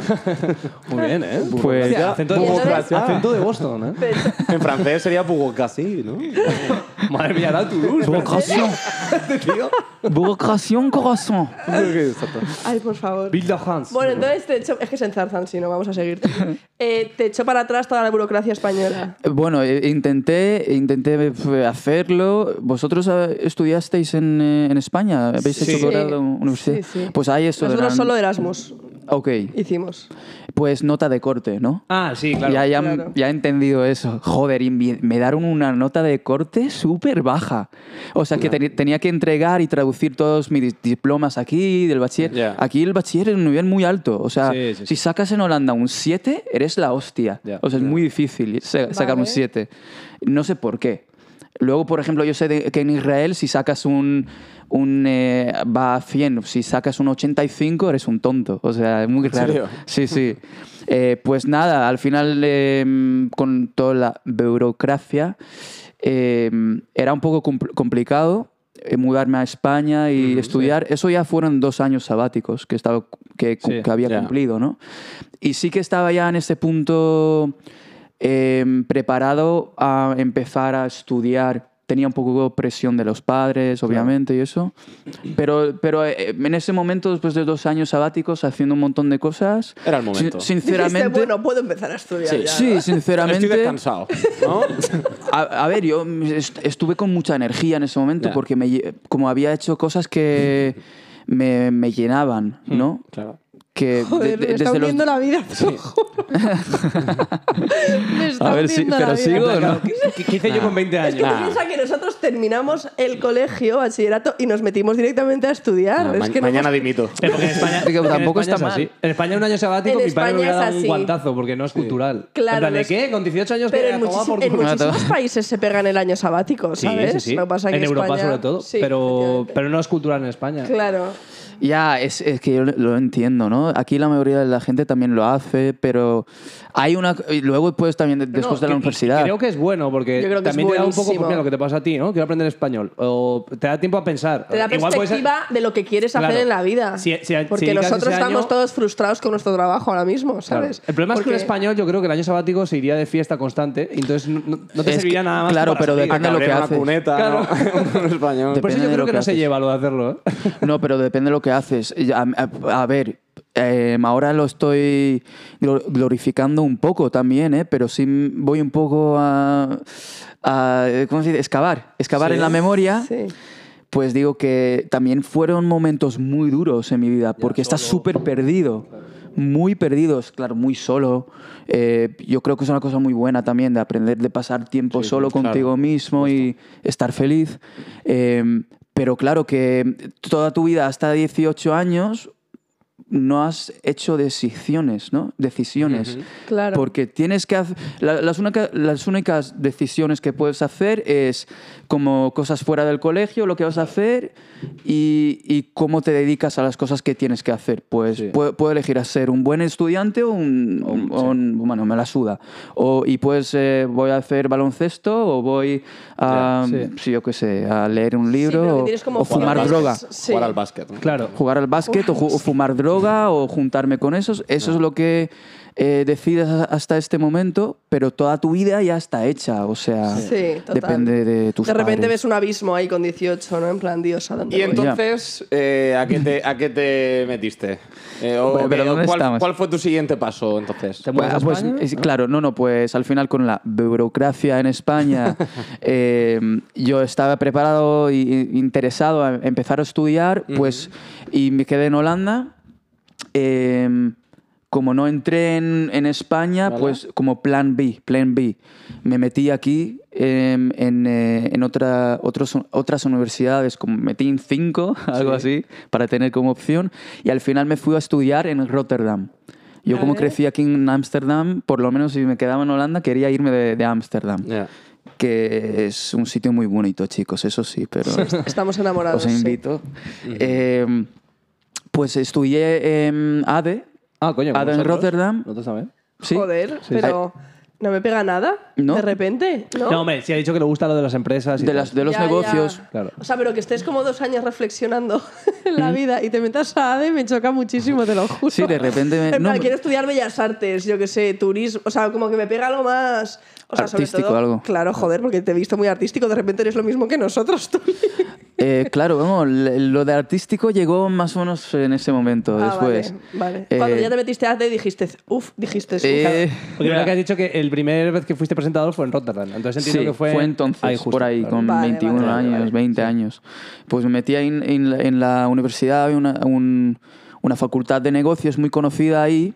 B: Muy bien, ¿eh?
E: Pues-
B: Hostia, acento, de,
D: Y entonces-
B: Burocracia. acento de Boston, ¿eh?
C: En francés sería bureaucracy, ¿no?
B: Madre mía, la Toulouse. Este
E: Burocracia. Burocracia, corazón.
D: Ay, por favor.
B: Bill de Hans.
D: Bueno, entonces te echo... Es que se enzarzan, si no, vamos a seguir. Eh, te echo para atrás toda la burocracia española.
E: Bueno, eh, intenté, intenté eh, hacerlo. Vosotros eh, estudiasteis en, eh, en España, habéis
D: Sí.
E: hecho
D: Sí.
E: grado universitario.
D: Sí, sí.
E: Pues hay eso. de
D: Nosotros
E: la-
D: solo Erasmus
E: Ok,
D: hicimos.
E: pues nota de corte, ¿no?
B: Ah, sí, claro.
E: ya, ya,
D: claro.
E: ya he entendido eso. Joder, y mi- me dieron una nota de corte súper baja. O sea, que teni- tenía que entregar y traducir todos mis diplomas aquí, del bachiller.
C: Ya.
E: Aquí el bachiller es un nivel muy alto. O sea,
B: Sí, sí, sí.
E: si sacas en Holanda un 7, eres la hostia.
B: Ya.
E: O sea, es muy difícil sa- sacar un
D: Vale.
E: 7. No sé por qué. Luego, por ejemplo, yo sé de- que en Israel si sacas un... un eh, va a 100, si sacas un 85 eres un tonto. O sea, es muy raro.
C: serio?
E: Sí, sí. Eh, pues nada, al final eh, con toda la burocracia eh, era un poco compl- complicado eh, mudarme a España y estudiar. Eso ya fueron dos años sabáticos que, estaba, que,
B: Sí,
E: que había
C: ya.
E: cumplido, ¿no? Y sí que estaba ya en este punto eh, preparado a empezar a estudiar. Tenía un poco presión de los padres, obviamente, y eso. Pero, pero eh, en ese momento, después de dos años sabáticos, haciendo un montón de cosas...
C: Era el momento.
E: sin-
D: Dijiste,
E: sinceramente...
D: bueno, puedo empezar a estudiar
C: Sí.
D: ya.
E: sí,
C: Estoy
E: sinceramente...
C: descansado, ¿no?
E: A, a ver, yo est- estuve con mucha energía en ese momento
C: Ya.
E: porque me, lle- como había hecho cosas que me, me llenaban,
C: Hmm.
E: ¿no?
C: claro.
E: Que de-
D: Joder,
E: de-
D: me está
E: desde los...
D: hundiendo la vida, te lo juro. me está
E: A ver, sí,
D: hundiendo la
E: pero
D: vida.
E: sigo, ¿no?
B: Claro, ¿Qué, qué hice yo con 20
D: Es
B: años?
D: que tú
C: Nah.
D: piensa que nosotros terminamos el colegio, bachillerato, y nos metimos directamente a estudiar.
C: Ah,
D: es
C: ma-
D: que no
C: mañana
D: hemos-
C: dimito.
B: Eh, porque en España,
E: Que
B: en
E: tampoco
B: España
E: está
B: es así.
E: mal.
B: En España un año sabático,
D: En
B: mi padre me
D: España
B: hubiera
D: es
B: dado un
D: así.
B: guantazo porque no es cultural.
D: Claro,
B: En plan,
D: no
B: ¿de
D: es-
B: qué? ¿Con 18 años?
D: Pero
B: que
D: en,
B: a tomar
D: muchis-
B: por
D: en
B: culo.
D: muchísimos países se pegan el año sabático,
B: Sí,
D: ¿sabes?
B: sí, sí.
D: Lo que pasa es que
B: en Europa
D: España-
B: sobre todo,
D: sí,
B: pero,
D: efectivamente.
B: pero no es cultural en España.
D: Claro.
E: Ya, es, es que yo lo entiendo, ¿no? Aquí la mayoría de la gente también lo hace, pero hay una... y luego pues también de-
B: No,
E: después de la
B: que-
E: universidad.
B: Creo que es bueno porque
D: Yo creo que es
B: también te da un poco
D: buenísimo.
B: pues, mira, lo que te pasa a ti, ¿no? Quiero aprender español. O te da tiempo a pensar.
D: Te da
B: Igual puedes-
D: perspectiva de lo que quieres hacer
B: Claro.
D: en la vida.
B: Si- si- si
D: porque
B: dedicas
D: nosotros
B: ese año-
D: estamos todos frustrados con nuestro trabajo ahora mismo,
B: Claro.
D: ¿sabes?
B: El problema es que un
D: Porque-
B: español, yo creo que el año sabático se iría de fiesta constante y entonces no, no- no te
E: Es que-
B: serviría nada más.
E: claro,
B: para
E: pero
B: salir.
E: depende de lo que
C: Cabrera, una
E: haces.
C: cuneta, ¿no? Un español.
E: Dep-
B: Por eso
E: depende
B: yo
E: de
B: creo
E: lo
B: que,
E: que
B: no se
E: haces.
B: lleva lo de hacerlo. ¿eh?
E: No, pero depende de lo que haces. Y A, a- a ver, eh, ahora lo estoy glor- glorificando un poco también, ¿eh? pero sí voy un poco a, a, ¿cómo se dice? Excavar, excavar
C: Sí.
E: en la memoria.
D: Sí.
E: Pues digo que también fueron momentos muy duros en mi vida, porque estás súper perdido, muy perdidos, claro, muy solo. Eh, yo creo que es una cosa muy buena también de aprender, de pasar tiempo solo
C: claro.
E: contigo mismo y estar feliz. Eh, pero claro que toda tu vida hasta 18 años no has hecho decisiones, ¿no? Decisiones.
D: Claro.
E: Porque tienes que hacer. las, única- las únicas decisiones que puedes hacer es como cosas fuera del colegio, lo que vas a hacer y, y cómo te dedicas a las cosas que tienes que hacer. Pues pu- puedo, elegir a ser un buen estudiante o un. un- o un- bueno, me la suda. O, y pues eh, voy a hacer baloncesto o voy a.
B: Ya, sí.
E: sí, yo qué sé, a leer un
D: Sí, pero que
E: libro
D: tienes
E: o,
D: como
E: o fumar
D: opciones.
E: droga
D: Sí.
C: Jugar al básquet. ¿no?
B: Claro.
E: jugar al básquet o, ju- o fumar droga o juntarme con esos. Eso es lo que eh, decides a- hasta este momento, pero toda tu vida ya está hecha. O sea,
D: Sí, total.
E: depende de tus
D: De repente
E: padres.
D: ves un abismo ahí con 18, ¿no? En plan, Dios, ¿a dónde
C: Y
D: voy?
C: entonces, eh, ¿a, qué te, ¿a qué te metiste? Eh, o-
E: Bueno, pero
C: o
E: ¿dónde
C: cuál,
E: estamos?
C: cuál fue tu siguiente paso entonces?
B: ¿Te mudas a
E: Ah, pues,
B: España?
E: es- claro, no, no, pues al final con la burocracia en España, eh, yo estaba preparado e interesado a empezar a estudiar, pues, y me quedé en Holanda. Eh, como no entré en, en España, pues como plan B, plan B. Me metí aquí eh, en, eh, en otra, otros, otras universidades, como metí en cinco, algo así, para tener como opción. Y al final me fui a estudiar en Rotterdam. Yo como crecí aquí en Ámsterdam, por lo menos si me quedaba en Holanda, quería irme de de Ámsterdam.
C: Ya.
E: Que es un sitio muy bonito, chicos, eso sí, pero
D: Estamos enamorados.
E: os invito. Eh, pues estudié en ADE,
B: Ah, coño.
E: Adam
B: ¿vosotros?
E: Rotterdam.
B: Nosotros también.
D: sí.
E: ¿sí?
D: Joder, pero no me pega nada
E: No.
D: de repente, ¿no?
B: ¿No? hombre, sí ha dicho que le gusta lo de las empresas. y
E: de,
B: tal.
E: las, de los
D: Ya,
E: negocios.
D: ya.
B: Claro.
D: O sea, pero que estés como dos años reflexionando en la vida y te metas a ADE me choca muchísimo, te lo juro.
E: Sí, de repente me-
D: En
E: no,
D: plan,
E: me-
D: quiero estudiar Bellas Artes, yo qué sé, turismo. O sea, como que me pega algo más. O sea, sobre
E: Artístico,
D: todo-
E: algo.
D: Claro, joder, porque te he visto muy artístico, de repente eres lo mismo que nosotros tú.
E: Eh, claro, vamos, le- lo de artístico llegó más o menos en ese momento,
D: Ah,
E: después.
D: Vale, vale.
E: Eh,
D: Cuando ya te metiste a ADE dijiste, uff, dijiste. "Uf".
E: eh,
B: Porque verdad que has dicho que el primer vez que fuiste presentador fue en Rotterdam. Entonces entiendo que
E: sí,
B: fue.
E: entonces,
B: justo,
E: por ahí,
B: claro.
E: con
D: Vale,
E: 21
D: vale,
E: años,
D: vale, vale.
E: 20 años. Pues me metí ahí en, en la, en la universidad, había una, un- una facultad de negocios muy conocida ahí,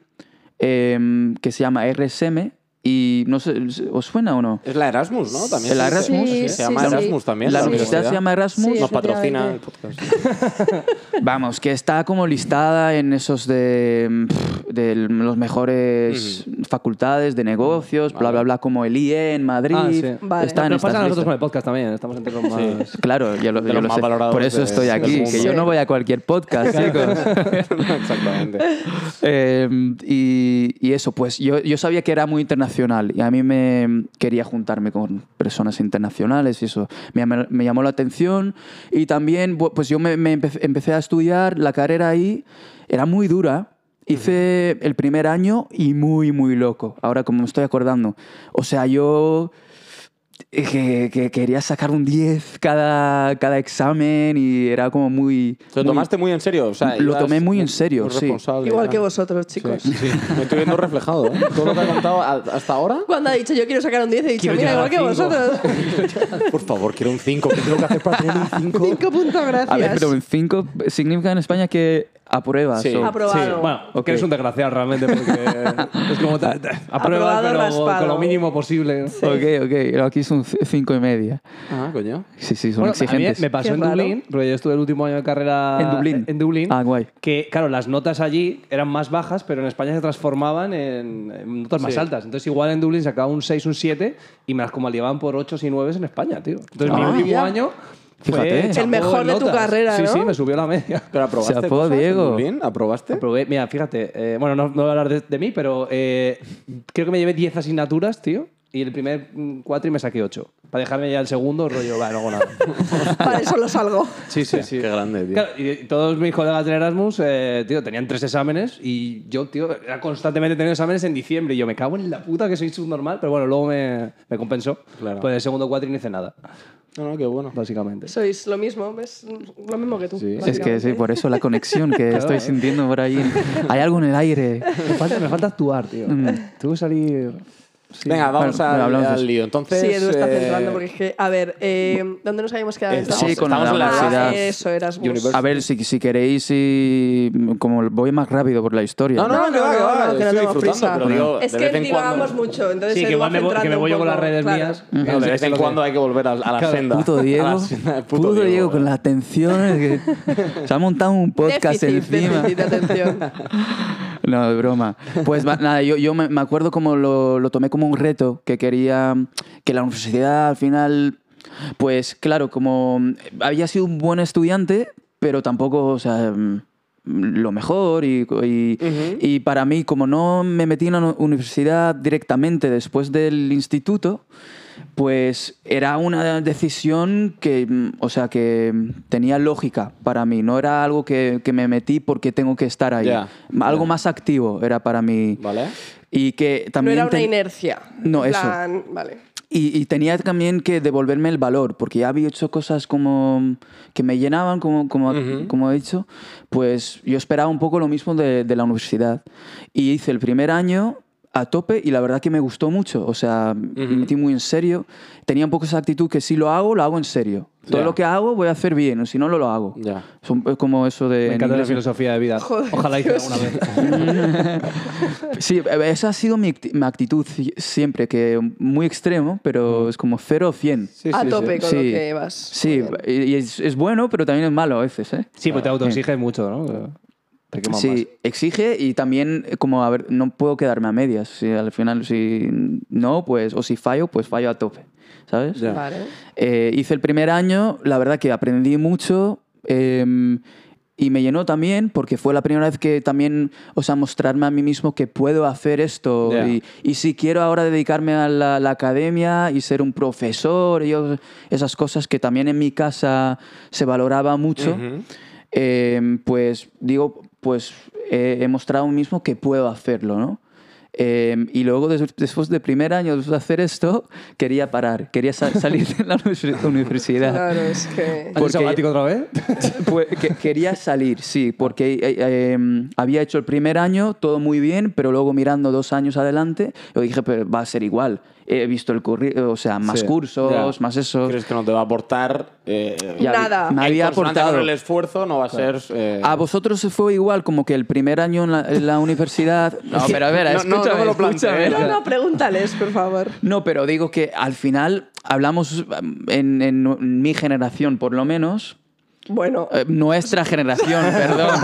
E: em, que se llama RSM, y no sé, ¿os suena o no?
C: pues, Es la Erasmus, ¿no? También
E: ¿El
C: se dice.
E: Erasmus?
C: Se
F: Sí,
C: llama
F: sí, sí.
C: Erasmus también.
E: La universidad se llama Erasmus.
F: Sí,
C: Nos patrocina el
F: efectivamente.
C: podcast.
E: Vamos, que está como listada en esos de, pf, de los mejores facultades de negocios, bla, bla, bla, como el IE en Madrid.
B: Ah, sí.
D: Vale.
E: Está en
B: Nos pasa a
E: estas
B: nosotros con
E: listas.
B: el podcast también. Estamos entre los más.
E: Claro, yo lo,
C: De
E: yo
C: los
E: lo
C: más
E: sé.
C: valorados
E: Por eso
C: de-
E: estoy
C: del
E: aquí, que
C: mundo.
E: yo no voy a cualquier podcast, chicos.
C: Exactamente.
E: Eh, y, y eso, pues yo, yo sabía que era muy internacional y a mí me quería juntarme con personas internacionales y eso me, llamó- me llamó la atención. Y también, bu- pues yo me, me empe- empecé a estudiar la carrera ahí, era muy dura. Hice el primer año y muy, muy loco. Ahora, como me estoy acordando. O sea, yo eh, que, que quería sacar un 10 cada, cada examen y era como muy...
C: ¿Te lo
E: muy-
C: tomaste muy en serio? O sea,
E: Lo
C: ibas
E: tomé muy en serio, sí.
C: responsable.
D: Igual que
C: Ah.
D: vosotros, chicos.
C: Sí, me estoy viendo reflejado. ¿eh? Todo lo que ha contado a- hasta ahora.
D: Cuando ha dicho yo quiero sacar un 10, he dicho,
B: Quiero
D: mira,
B: llegar
D: igual que
B: a cinco".
D: vosotros.
C: Por favor, quiero un 5. ¿Qué tengo que hacer para tener un 5?
D: 5 puntos,
E: A ver, pero
D: gracias.
E: en 5 significa en España que apruebas.
C: Sí.
E: o-
D: Aprobado.
B: bueno,
E: Ok.
B: que eres un desgraciado realmente porque es como ta- ta- aprueba
D: Aprobado,
B: pero
D: raspado.
B: con lo mínimo posible.
E: Ok, ok. Aquí son 5 y media.
C: Ah, coño.
E: Sí, sí, son
B: Bueno, a mí
E: exigentes.
B: me pasó
D: Qué
B: en
D: raro.
B: Dublín, porque yo estuve el último año de carrera
E: ¿En Dublín?
B: en Dublín,
E: Ah, guay.
B: Que, claro, las notas allí eran más bajas, pero en España se transformaban en, en notas más
C: Sí.
B: altas. Entonces, igual en Dublín sacaba un 6, un 7 y me las convalidaban por 8 y 9 en España, tío. Entonces, mi
D: Ah,
B: último
D: ya.
B: año. fue
E: Fíjate. El
B: chapó
D: mejor de tu
B: notas.
D: carrera,
B: Sí,
D: ¿no?
B: sí, me subió la media.
C: ¿Pero aprobaste?
E: Chapó,
C: cosas en
E: Diego.
C: Dublín? ¿Aprobaste?
B: Aprobé- mira, fíjate, eh, bueno, no, no voy a hablar de, de mí, pero eh, creo que me llevé 10 asignaturas, tío, y el primer 4 y me saqué 8. Para dejarme ya el segundo, rollo, vale, no hago nada.
D: Para eso lo salgo.
B: Sí, sí, sí.
C: Qué grande, tío.
B: Claro, y y todos mis colegas del Erasmus, eh, tío, tenían tres exámenes y yo, tío, era constantemente teniendo exámenes en diciembre y yo me cago en la puta que soy subnormal, pero bueno, luego me, me compensó.
C: Claro.
B: Pues el segundo cuatro y no hice nada,
C: No, no, qué bueno.
B: básicamente.
D: Sois lo mismo, ¿ves? Lo mismo que tú.
E: Es que sí, pues,
D: básicamente.
E: por eso la conexión que estoy sintiendo por ahí. Hay algo en el aire.
B: Me falta, me falta actuar, tío.
C: Mm.
B: Tuve que salir... sí.
C: Venga, vamos
E: Bueno,
C: al,
E: bueno, hablamos de
C: al
E: eso.
C: lío. Entonces,
D: Sí, Edu está
C: eh,
D: centrando porque es que, a ver, eh, ¿dónde nos habíamos quedado?
C: Estamos,
E: Sí, con
C: estamos
E: la
C: en la
E: universidad.
D: ah,
C: universidad.
D: eso, Erasmus.
C: University.
E: A ver, si, si queréis, si, como voy más rápido por la historia.
C: No, no,
D: No,
C: que va,
D: no,
C: que
D: no,
C: va.
D: no, que no
C: estoy
D: tengo
C: disfrutando,
D: prisa.
C: pero digo,
D: Es
C: de
D: que
C: vez en
D: divagamos
C: cuando-
D: mucho, entonces
B: Sí, que
D: Edu va
B: igual me voy-
D: centrando
B: que me
D: un
B: voy yo con
D: poco,
B: las redes
D: claro.
B: mías.
C: No, de vez en cuando hay que volver a, a la senda.
E: Puto Diego.
C: A la senda del
E: puto Diego con la atención. es que se ha montado un podcast
D: Déficit,
E: encima.
D: déficit de atención.
E: No, de broma. Pues ma- nada, yo, yo me, me acuerdo como lo, lo tomé como un reto, que quería que la universidad al final, pues claro, como había sido un buen estudiante, pero tampoco, o sea, mm, lo mejor y, y- y para mí, como no me metí en la nu- universidad directamente después del instituto, pues era una decisión que, mm, o sea, que mm, tenía lógica para mí. No era algo que, que me metí porque tengo que estar ahí.
C: Ya.
E: Algo más activo era para mí.
C: ¿Vale?
E: Y que
D: No
E: también
D: era una
E: ten-
D: inercia.
E: No,
D: En
E: eso.
D: plan, Vale.
E: y, y tenía también que devolverme el valor, porque ya había hecho cosas como que me llenaban, como, como, como he dicho, pues yo esperaba un poco lo mismo de, de la universidad. Y hice el primer año a tope y la verdad que me gustó mucho, o sea, me metí muy en serio, tenía un poco esa actitud que si lo hago, lo hago en serio. Todo
C: Ya.
E: lo que hago voy a hacer bien, o si no, no lo hago.
C: Ya.
E: Son- Es como eso de...
B: Me
E: en
B: encanta la
E: inglés, ¿no?
B: filosofía de vida.
D: Joder,
B: Ojalá hice
D: Dios.
B: alguna vez.
E: Sí, esa ha sido mi, acti- mi actitud si- siempre, que muy extremo, pero es como cero o 100.
D: a tope con lo
E: Sí.
D: que vas.
E: Sí, y y es, es bueno, pero también es malo a veces, ¿eh?
B: Sí, pues te autoexiges mucho, ¿no? Te queman
E: sí,
B: más.
E: exige y también eh, como, a ver, no puedo quedarme a medias. Si al final, si no, pues, o si fallo, pues fallo a tope, ¿sabes?
C: Ya.
D: Vale.
E: Eh, hice el primer año, la verdad que aprendí mucho eh, y me llenó también porque fue la primera vez que también, o sea, mostrarme a mí mismo que puedo hacer esto
C: Ya.
E: y, y si quiero ahora dedicarme a la, la academia y ser un profesor y yo- esas cosas que también en mi casa se valoraba mucho, eh, pues digo, pues eh, he mostrado a mí mismo que puedo hacerlo, ¿no? Eh, y luego, des- después del primer año de hacer esto, quería parar, quería sa- salir de la univers- universidad.
D: Claro, es que.
B: ¿Por
E: Porque-
B: sabático otra vez?
E: Pues, que- quería salir, sí, porque eh, eh, em, había hecho el primer año todo muy bien, pero luego mirando dos años adelante, yo dije, pero va a ser igual. He visto el currículum, o sea, más
B: Sí,
E: cursos,
C: ya.
E: más eso.
C: ¿Crees que no te va a aportar? eh,
E: Ya vi-
D: Nada.
E: Me
C: en
E: había
C: consonante
E: aportado. Ah, pues
C: con el esfuerzo no va a ser... eh,
E: A vosotros se fue igual, como que el primer año en la, en la universidad. No, pero a ver,
C: No, no,
E: escúchame,
C: no me lo
E: escúchame.
C: planteé.
D: No, no, pregúntales, por favor.
E: No, pero digo que al final hablamos um, en, en nu- mi generación, por lo menos.
D: Bueno.
E: Eh, nuestra generación, perdón.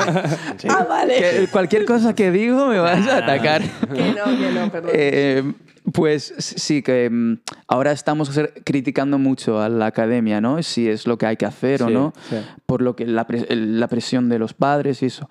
D: Ah, vale.
E: Que cualquier cosa que digo me vas a atacar.
D: Que no, que no, perdón.
E: Eh, pues sí, que mm, ahora estamos ser- criticando mucho a la academia, ¿no? Si es lo que hay que hacer o
C: Sí,
E: no,
B: sí.
E: por lo que la, pres- el- la presión de los padres y eso.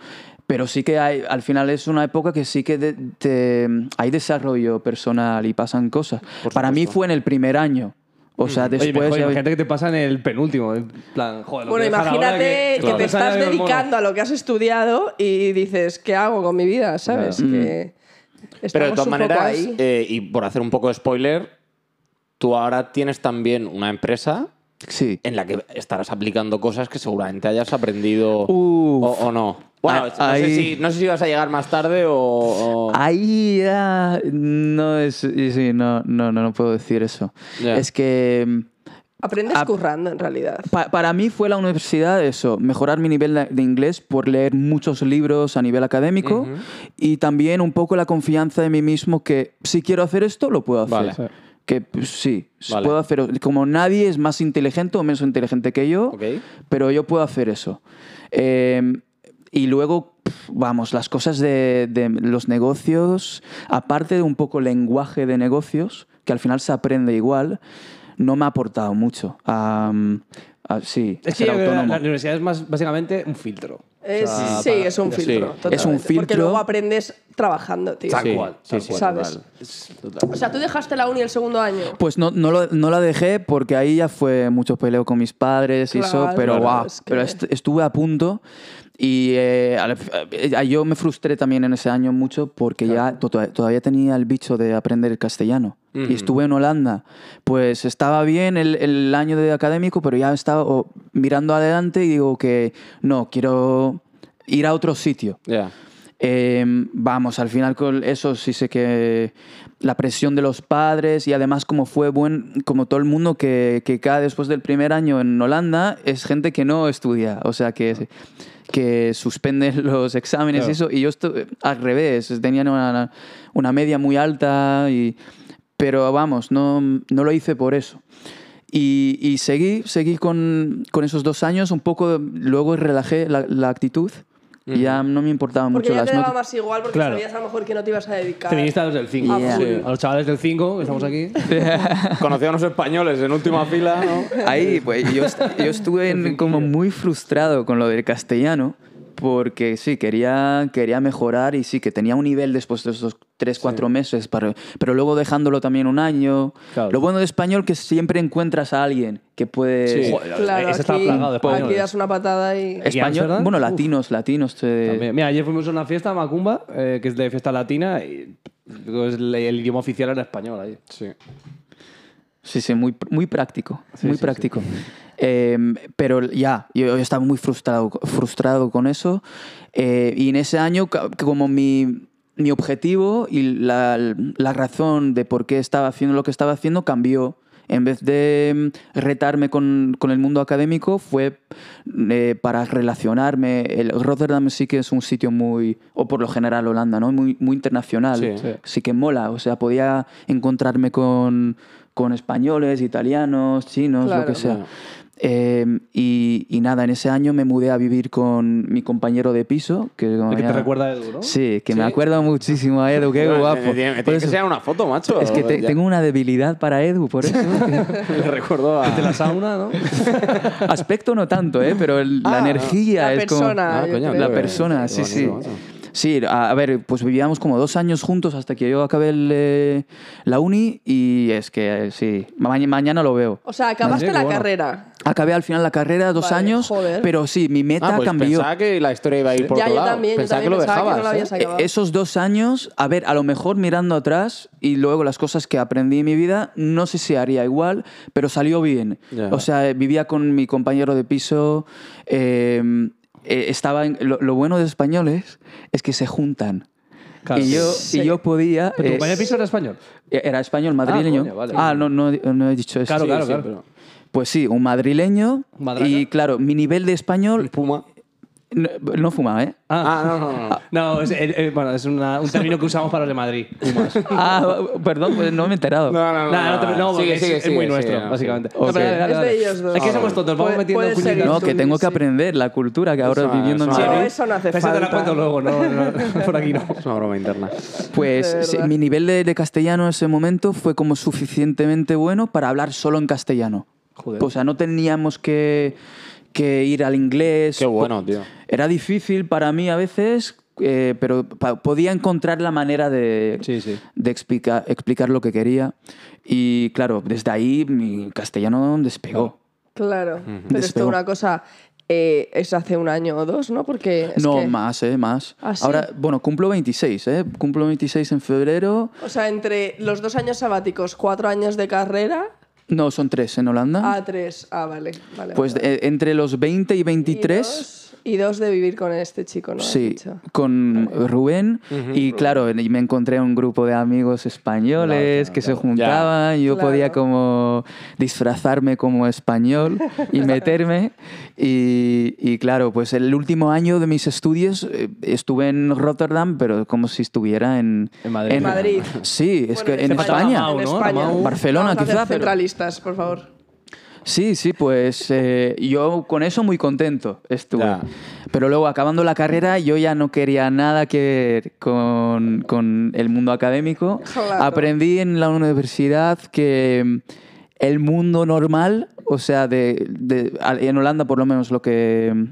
E: Pero sí que hay, al final es una época que sí que de- te- hay desarrollo personal y pasan cosas.
C: Por
E: Para mí
C: supuesto. Mm.
E: fue en el primer año. O sea,
B: Oye,
E: después...
B: mejor,
E: ya-
B: imagínate que te pasa en el penúltimo. En plan, joder, lo
D: Bueno,
B: voy a dejar ahora
D: imagínate que,
B: claro.
D: te
B: sale
D: estás
B: el mono.
D: dedicando a lo que has estudiado y dices, ¿qué hago con mi vida? ¿Sabes? Que
C: Pero de
D: estamos
C: todas
D: un poco
C: maneras,
D: ahí.
C: eh, y por hacer un poco de spoiler, tú ahora tienes también una empresa
E: Sí.
C: en la que estarás aplicando cosas que seguramente hayas aprendido
E: Uf.
C: o, o no. Bueno,
E: Ah,
C: no, sé
E: ahí-
C: si, no sé si vas a llegar más tarde o... o-
E: Ahí ya no es... y Sí, no, no, no, no puedo decir eso.
C: Ya.
E: Es que... mm,
D: Aprendes
E: ah,
D: currando, en realidad.
E: Pa- para mí fue la universidad eso, mejorar mi nivel de- de inglés por leer muchos libros a nivel académico y también un poco la confianza en mí mismo que si quiero hacer esto, lo puedo hacer.
C: Vale. Sí.
E: Que pues, sí, s-
C: Vale.
E: puedo hacer. Como nadie es más inteligente o menos inteligente que yo,
C: Ok.
E: pero yo puedo hacer eso. Eh, y luego, pf, vamos, las cosas de, de los negocios, aparte de un poco lenguaje de negocios, que al final se aprende igual, no me ha aportado mucho. a, mm, a- sí, a
B: Es que
E: ser
B: yo creo que la,
E: autónomo.
B: la universidad es más, básicamente un filtro.
D: Es-
B: sea,
D: sí,
B: para-
D: es un
C: sí.
D: filtro.
C: Es
E: un
D: totalmente. Porque
E: filtro.
D: luego aprendes trabajando, tío.
B: Tal
C: Sí,
B: cual,
C: sí,
B: tal
C: sí,
B: cual.
D: ¿Sabes?
C: total.
D: O sea, tú dejaste la uni el segundo año.
E: Pues no, no, lo- no la dejé porque ahí ya fue muchos peleos con mis padres y eso,
D: Claro,
E: pero guau,
D: es que-
E: pero est- estuve a punto y eh, al- eh, yo me frustré también en ese año mucho porque ya to- to- todavía tenía el bicho de aprender el castellano. Y estuve en Holanda. Pues estaba bien el, el año de académico, pero ya estaba oh, mirando adelante y digo que no, quiero ir a otro sitio.
C: Ya.
E: Eh, vamos, al final con eso sí sé que la presión de los padres y además como fue buen, como todo el mundo que, que cae después del primer año en Holanda es gente que no estudia, o sea que, que suspende los exámenes y eso. Y yo estu- al revés, tenían una, una media muy alta y... Pero vamos, no, no lo hice por eso. Y, y seguí, seguí con, con esos dos años, un poco luego relajé la, la actitud. Y ya no me importaban
D: Porque
E: mucho
D: ya
E: las
D: te daba
E: notas.
D: más igual porque
B: Claro.
D: sabías a lo mejor que no te ibas a dedicar.
B: Te viniste a los del 5.
D: Yeah.
B: A los chavales del 5, que estamos aquí.
C: Conocí a unos españoles en última fila, ¿no?
E: Ahí, pues yo, est- yo estuve en- como muy frustrado con lo del castellano, porque sí, quería, quería mejorar y sí, que tenía un nivel después de esos 3, 4 meses, para, pero luego dejándolo también un año.
B: Claro.
E: Lo bueno de español que siempre encuentras a alguien que puede...
C: Sí.
B: Joder, eh,
D: Claro,
B: ese está
D: aquí-
B: plagado de
D: Aquí
B: españoles.
D: das una patada y...
B: ¿Y
E: Español,
B: Ámsterdam?
E: bueno,
B: Uf.
E: latinos, latinos. eh, te-
B: También. Mira, ayer fuimos a una fiesta, Macumba, eh, que es de fiesta latina, y digo, es el, el idioma oficial era español ahí.
C: Sí.
E: Sí, sí, muy, muy práctico, muy práctico. Eh, pero ya, yo, yo estaba muy frustrado, frustrado con eso. Eh, y en ese año, ca- como mi, mi objetivo y la, la razón de por qué estaba haciendo lo que estaba haciendo cambió. En vez de mm, retarme con, con el mundo académico, fue eh, para relacionarme. El Rotterdam sí que es un sitio muy, o por lo general Holanda, ¿no? Muy, muy internacional
C: Sí.
B: Sí.
E: sí que mola. O sea, podía encontrarme con, con españoles, italianos, chinos,
D: Claro.
E: lo que sea.
C: Bueno.
E: Eh, y, y nada, en ese año me mudé a vivir con mi compañero de piso. Que, como
B: El que te
E: Oh, ya-
B: recuerda a Edu, ¿no?
E: Sí, que me
C: Sí.
E: acuerda muchísimo a Edu, qué
C: Bueno,
E: guapo.
C: Tiene, tiene
E: Por
C: que
E: eso-
C: ser una foto, macho.
E: es que te-
C: Ya.
E: tengo una debilidad para Edu, por eso.
C: Le recuerdo a...
B: De la sauna, ¿no?
E: Aspecto no tanto, ¿eh? pero el-
C: Ah,
E: la energía
D: La
E: es como-
D: persona, yo creo.
E: la
D: Qué
E: persona, sí,
C: Qué
E: sí.
C: bonito, macho.
E: Sí, a, a ver, pues vivíamos como dos años juntos hasta que yo acabé el, eh, la uni y es que eh, sí, ma- mañana lo veo.
D: O sea, acabaste
B: Vale,
D: la
B: bueno.
D: carrera.
E: Acabé al final la carrera, dos
D: Vale,
E: años,
D: joder.
E: pero sí, mi meta
C: Ah, pues
E: cambió.
C: pensaba que la historia iba a ir por
D: ya,
C: otro
D: yo
C: lado.
D: también.
C: pensaba
D: yo
C: que lo
D: también
C: dejabas.
D: pensaba que no lo habías
C: ¿eh?
D: acabado.
E: Eh, Esos dos años, a ver, a lo mejor mirando atrás y luego las cosas que aprendí en mi vida, no sé si haría igual, pero salió bien.
C: Ya.
E: O sea, eh, vivía con mi compañero de piso, eh, eh, estaba en- lo, lo bueno de españoles es que se juntan.
B: Claro.
E: Y, yo, y yo podía...
B: Pero tu
E: eh,
B: compañero de piso era español.
E: Era español, madrileño. Ah,
B: coño, vale.
E: no, no, no he dicho eso.
B: Claro,
E: Sí,
B: claro,
E: sí.
B: claro.
E: Pues sí, un madrileño.
B: Madraca.
E: Y claro, mi nivel de español...
C: Puma.
E: No, no fumaba, ¿eh?
C: Ah, no, no, no.
B: No, es, eh, eh, bueno, es una- un término que usamos para los de Madrid. Pumas.
E: Ah, perdón, pues no me he enterado.
C: No, no, no.
B: Nah, no, te- no, porque
C: Sigue,
B: es,
C: sigue,
B: es
C: sigue,
B: muy
C: sigue,
B: nuestro,
C: no,
B: básicamente.
E: sigue.
B: No, pero
E: Ok.
B: dale, dale,
D: Es de
B: dale.
D: ellos dos.
B: Es que somos tontos, vamos
D: Puede-
B: metiendo
D: puede
B: cuñitas.
D: seguir.
E: No,
D: tú,
E: que tengo
D: sí.
E: que aprender la cultura que ahora
C: Eso,
E: viviendo en
C: eso,
E: Madrid.
D: No, eso no hace
B: Pero Eso te la
D: falta.
B: cuento luego, no, no, no, por aquí no.
C: Es una broma interna.
E: Pues
D: De
E: sí,
D: verdad.
E: mi nivel de, de castellano en ese momento fue como suficientemente bueno para hablar solo en castellano.
B: Joder.
E: O sea, no teníamos que, que ir al inglés.
C: Qué bueno, tío.
E: Era difícil para mí a veces eh, pero pa- podía encontrar la manera de,
B: Sí, sí.
E: de explica- explicar lo que quería. Y claro, desde ahí mi castellano despegó.
D: Claro. Pero esto es
E: Despegó.
D: una cosa. eh, es hace un año o dos, ¿no? Porque. es
E: no,
D: que-
E: más, ¿eh? Más.
D: ¿Ah, sí?
E: Ahora, bueno, cumplo 26, ¿eh? Cumplo 26 en febrero.
D: O sea, entre los dos años sabáticos, cuatro años de carrera,
E: No, son tres en Holanda.
D: a tres. Ah, vale. vale
E: pues
D: vale.
E: eh, entre los 20 y
D: Y
E: 23...
D: dos- Y dos, de vivir con este chico, ¿no? Has
E: Sí,
D: dicho.
E: con Rubén. Y claro, y me encontré un grupo de amigos españoles que se juntaban. y Yo
D: Claro.
E: podía como disfrazarme como español y meterme. Y, y claro, pues el último año de mis estudios eh, estuve en Rotterdam, pero como si estuviera en...
B: En Madrid. En
D: Madrid.
E: Sí,
D: Bueno,
E: es que en España.
B: Patamao,
D: en
B: ¿no?
D: España.
B: Patamao.
E: Barcelona,
D: Vamos a hacer
E: quizá, pero-
D: centralistas, por favor.
E: Sí, sí, pues eh, yo con eso muy contento estuve.
C: Ya.
E: Pero luego acabando la carrera yo ya no quería nada que ver con, con el mundo académico.
D: Claro.
E: Aprendí en la universidad que mm, el mundo normal, o sea, de, de- al- en Holanda por lo menos lo que mm,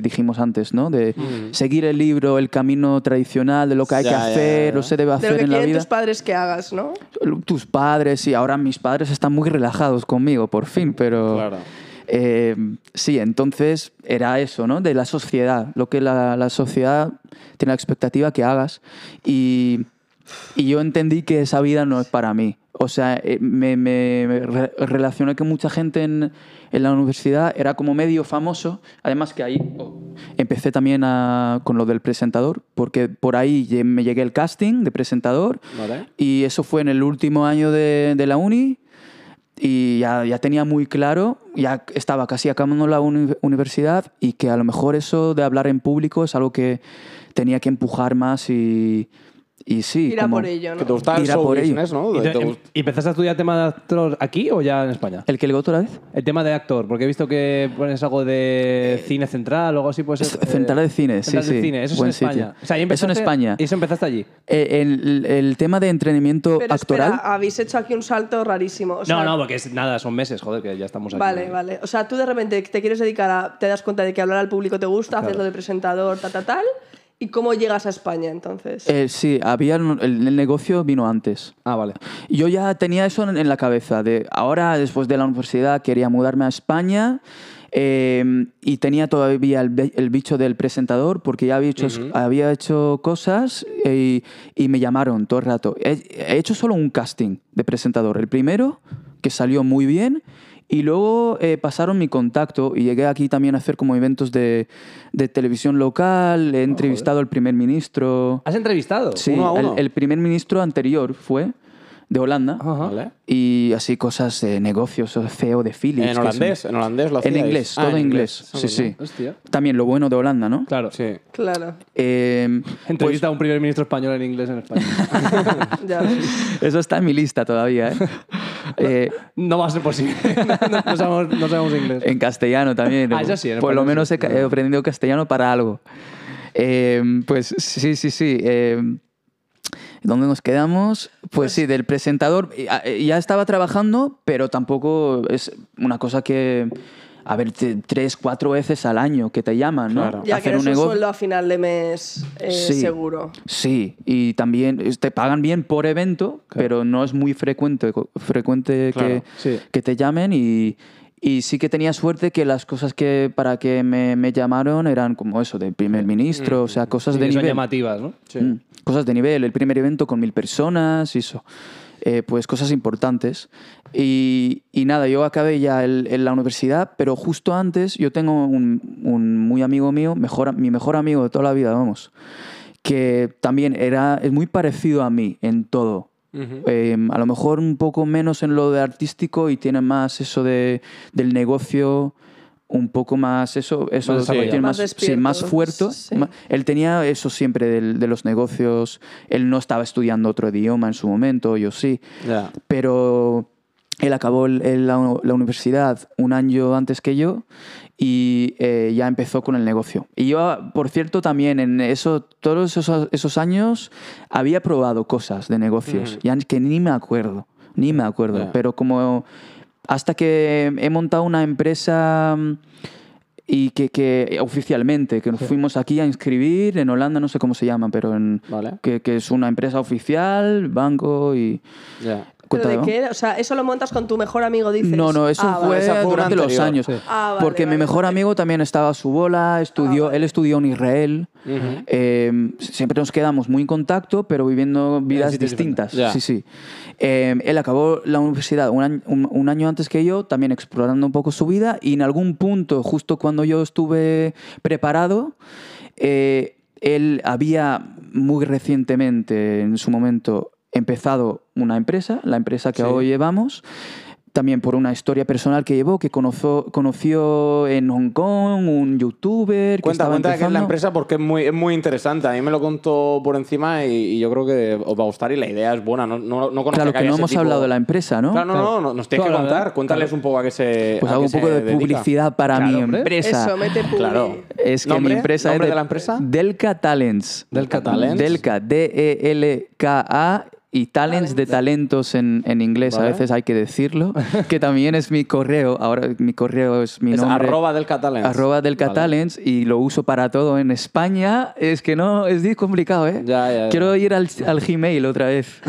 E: dijimos antes, ¿no? De seguir el libro, el camino tradicional de lo que hay
C: Ya,
E: que
C: ya, ya,
E: hacer,
C: ya.
E: lo se
D: De
E: debe
D: lo
E: hacer
D: que
E: en la
D: quieren
E: vida
D: tus padres que hagas, ¿no?
E: tus padres y ahora mis padres están muy relajados conmigo, por fin, pero...
C: Claro.
E: Eh, sí, entonces era eso, ¿no? De la sociedad, lo que la, la sociedad tiene la expectativa que hagas. Y, y yo entendí que esa vida no es para mí. O sea, eh, me, me- me re- relacioné que mucha gente en, en la universidad era como medio famoso. Además que ahí oh, empecé también a- con lo del presentador, porque por ahí lle- me llegué el casting de presentador.
C: Vale.
E: Y eso fue en el último año de, de la uni. Y ya, ya tenía muy claro, ya estaba casi acabando la uni- universidad y que a lo mejor eso de hablar en público es algo que tenía que empujar más y, y sí.
D: Ir a
E: como-
D: por ello, ¿no?
C: Que te gustaba el
E: Tira
C: show
E: por ello.
C: business, ¿no?
B: ¿Y,
C: Te-
B: te-
C: te gust-
B: y empezaste a estudiar tema de actor aquí o ya en España?
E: ¿El que le otra vez?
B: El tema de actor, porque he visto que pones algo de cine central o algo así. Puede ser, eh,
E: Es- central de cine, sí,
B: central de
E: sí.
B: cine, eso
E: Buen
B: es en España.
E: sitio.
B: O sea, ahí
E: Eso en
B: empezaste-
E: España.
B: Y eso empezaste allí.
E: Eh, El, el tema de entrenamiento
D: Pero
E: actoral.
D: espera, habéis hecho aquí un salto rarísimo. O sea,
B: no, no, porque es, nada, son meses, joder, que ya estamos aquí.
E: ¿eh?
D: Vale, vale. O sea, tú de repente te quieres dedicar a. Te das cuenta de que hablar al público te gusta, haces lo de presentador, ta, ta, tal. ¿Y cómo llegas a España entonces?
E: Eh, sí, había, el- el negocio vino antes.
B: Ah, vale.
E: Yo ya tenía eso en, en la cabeza, de ahora después de la universidad quería mudarme a España eh, y tenía todavía el, bi- el bicho del presentador porque ya había hecho, había hecho cosas eh, y, y me llamaron todo el rato. He, he hecho solo un casting de presentador, el primero que salió muy bien. Y luego eh, pasaron mi contacto y llegué aquí también a hacer como eventos de, de televisión
B: Ah,
E: local, he entrevistado al primer ministro.
B: ¿Has entrevistado?
E: Sí,
C: Uno a
E: el-
C: uno.
E: El, primer ministro anterior fue de Holanda.
B: Ajá.
C: Vale.
E: Y así cosas de negocios, o CEO de Philips. que
C: En
E: son-
C: holandés, en holandés lo
E: En
C: hacíais.
E: inglés,
C: Ah,
E: todo en inglés.
C: Ah,
E: Sí, sí.
B: Hostia.
E: También lo bueno de Holanda, ¿no?
B: Claro.
C: Sí.
D: Claro.
E: Eh,
B: Entrevista a un primer ministro español en inglés en España.
D: Ya ves.
E: eso está en mi lista todavía, ¿eh? Eh,
B: no va a ser posible. no, no sabemos, no sabemos inglés.
E: En castellano también.
B: Ah, eso sí, en
E: Por lo
B: español
E: menos
B: sí.
E: he, ca- he aprendido castellano para algo. Eh, pues sí, sí, sí. eh, ¿Dónde nos quedamos? Pues sí, del presentador. Y, ah, eh, Ya estaba trabajando, pero tampoco es una cosa que... A ver, te- tres, cuatro veces al año que te llaman, ¿no?
C: Claro.
D: Ya que eres un,
E: negocio.
D: sueldo a final de mes eh,
E: Sí.
D: seguro.
E: Sí, y también es- te pagan bien por evento, pero no es muy frecuente, co- frecuente
C: Claro,
E: que,
B: sí.
E: que te llamen y, y sí que tenía suerte que las cosas que para que me, me llamaron eran como eso, de primer ministro, o sea, cosas
B: Sí,
E: de
B: que son
E: nivel.
B: llamativas, ¿no?
C: Sí.
E: Mm, Cosas de nivel, el primer evento con mil personas, y eso. Eh, pues cosas importantes. Y, y nada, yo acabé ya el- en la universidad, pero justo antes yo tengo un, un muy amigo mío, mejor, mi mejor amigo de toda la vida, vamos, que también era, es muy parecido a mí en todo. Eh, a lo mejor un poco menos en lo de artístico y tiene más eso de, del negocio, un poco más eso, eso
B: Más desarrollado.
E: tiene
D: Más
E: más, sí,
D: despierto.
E: más fuerte.
D: Sí.
E: ma- él tenía eso siempre del- de los negocios. Él no estaba estudiando otro idioma en su momento, yo sí.
C: Ya.
E: Pero él acabó el- el- la, la universidad un año antes que yo y eh, ya empezó con el negocio. Y yo, por cierto, también en eso, todos esos, esos años había probado cosas de negocios, ya que ni me acuerdo, ni me acuerdo.
C: Ya.
E: Pero como hasta que he montado una empresa mm, y que, que oficialmente, que nos fuimos aquí a inscribir en Holanda, no sé cómo se llama, pero en,
C: Vale.
E: que, que es una empresa oficial, banco y...
C: Ya.
D: ¿Pero
E: cuenta
D: de
E: banco.
D: qué? O sea, eso lo montas con tu mejor amigo, dices.
E: No, no, eso
D: Ah, vale.
E: fue,
C: Esa fue una
E: durante los
C: anterior,
E: años.
B: sí.
D: Ah, vale,
E: porque
D: vale,
E: mi mejor
D: vale. Ah,
E: amigo también estaba a su bola, estudió, él estudió en Israel. Eh, siempre nos quedamos muy en contacto, pero viviendo vidas
B: sitios
E: distintas.
C: Ya.
E: Sí, sí. Eh, él acabó la universidad un año, un- un año antes que yo, también explorando un poco su vida, y en algún punto, justo cuando yo estuve preparado, eh, él había muy recientemente, en su momento, empezado una empresa, la empresa que hoy llevamos, también por una historia personal que llevó, que conoció, conoció en Hong Kong un youtuber.
C: Cuenta,
E: que estaba
C: cuenta de qué es la
E: empezando.
C: empresa porque es muy, es muy interesante. A mí me lo contó por encima y, y yo creo que os va a gustar y la idea es buena. No, no, no conozco
E: Claro,
C: haya
E: que no
C: ese
E: hemos
C: tipo-
E: hablado de la empresa, ¿no?
C: Claro, no, no, no, nos tienes que
B: Claro,
C: contar.
B: claro.
C: Cuéntales un poco a qué se.
E: Pues
C: a
E: hago
C: qué
E: un poco
C: se
E: de
C: dedica.
E: publicidad para
B: Claro,
E: mi
B: hombre.
E: empresa.
D: Eso, mete publi.
C: Claro.
E: Es que
C: ¿Nombre?
E: mi empresa es
C: ¿Nombre de la empresa?
E: Delca Talents.
B: Delca Talents.
E: Delca, E D-E-L-K-A y Talents de talentos en, en inglés,
C: Vale.
E: a veces hay que decirlo, que también es mi correo, ahora mi correo es mi
C: Es
E: nombre.
C: arroba del catalán.
E: arroba Delca
C: Vale.
E: Talents y lo uso para todo en España. Es que no, es di- complicado, ¿eh?
C: Ya, ya, ya.
E: Quiero ir al, al Gmail otra vez.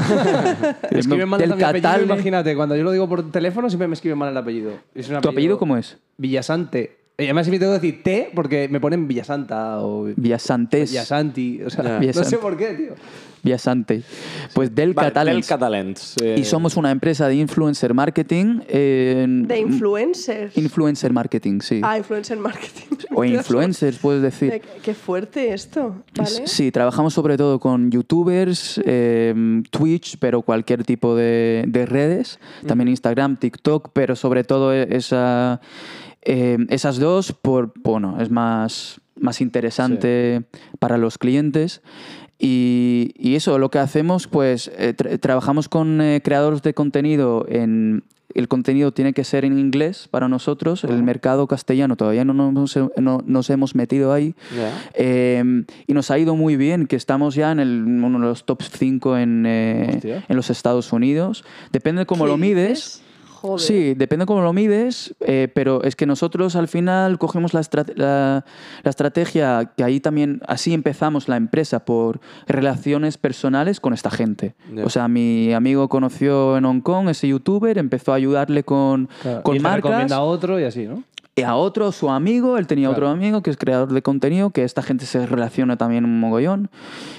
B: Es que me mandan mi
E: Delca
B: apellido,
E: Talent.
B: imagínate, cuando yo lo digo por teléfono siempre me escriben mal el apellido. Es un
E: ¿Tu apellido cómo es?
B: Villasante. Y además siempre tengo que decir T porque me ponen Villasanta o
E: Villasantes.
B: Villasanti. O sea,
C: Ya.
B: no
E: Villasante.
B: sé por qué, tío.
E: Viasante. Pues Delca
C: Vale, del
E: Talents.
C: catalán. eh,
E: Y somos una empresa de influencer marketing. en-
D: De influencers.
E: influencer marketing, sí.
D: ah, influencer marketing.
E: o influencers, puedes decir.
D: Qué fuerte esto, ¿vale?
E: Sí, trabajamos sobre todo con youtubers, eh, Twitch, pero cualquier tipo de, de redes. También Instagram, TikTok, pero sobre todo e- esa, eh, esas dos, por, bueno, es más, más interesante para los clientes. Y, y eso, lo que hacemos, pues eh, tra- trabajamos con eh, creadores de contenido en... El contenido tiene que ser en inglés para nosotros, el mercado castellano todavía no nos, no nos hemos metido ahí.
C: ya.
E: Eh, y nos ha ido muy bien, que estamos ya en el- uno de los top 5 en, eh,
B: Hostia.
E: en los Estados Unidos. Depende de cómo lo
D: ¿Qué
E: mides.
D: dices? Joder.
E: Sí, depende de cómo lo mides, eh, pero es que nosotros al final cogemos la, estra- la- la estrategia que ahí también, así empezamos la empresa, por relaciones personales con esta gente.
C: Ya.
E: O sea, mi amigo conoció en Hong Kong ese youtuber, empezó a ayudarle con, con
B: y te
E: marcas
B: recomienda a otro y así, ¿no?
E: y a otro, su amigo, él tenía otro amigo que es creador de contenido, que esta gente se relaciona también un mogollón.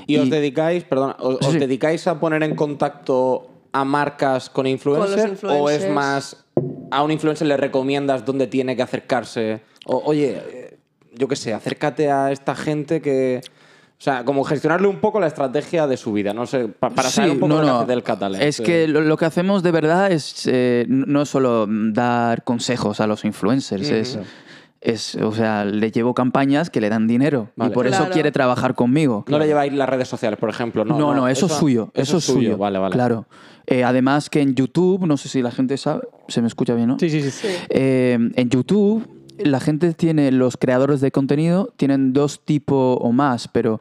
C: Y, os dedicáis, perdón, os, os
E: Sí.
C: dedicáis a poner en contacto a marcas con influencers, o es
D: influencers.
C: más a un influencer le recomiendas dónde tiene que acercarse. O, oye, eh, yo qué sé, acércate a esta gente que o sea, como gestionarle un poco la estrategia de su vida, no sé, pa- para saber
E: Sí,
C: un poco
E: no,
C: lo que
E: no.
C: hace del catalán.
E: Es
C: Sí.
E: que lo, lo que hacemos de verdad es eh, n- no es solo mm, dar consejos a los influencers, es, es, o sea, le llevo campañas que le dan dinero
C: Vale.
E: y por eso
D: Claro.
E: quiere trabajar conmigo.
C: no le lleváis las redes sociales, por ejemplo, no.
E: No, no, eso, es suyo. Eso, es suyo.
C: Vale, vale.
E: Claro. Eh, además que en YouTube, no sé si la gente sabe, se me escucha bien, ¿no?
B: sí, sí.
E: Eh, en YouTube, la gente tiene, los creadores de contenido tienen dos tipos o más, pero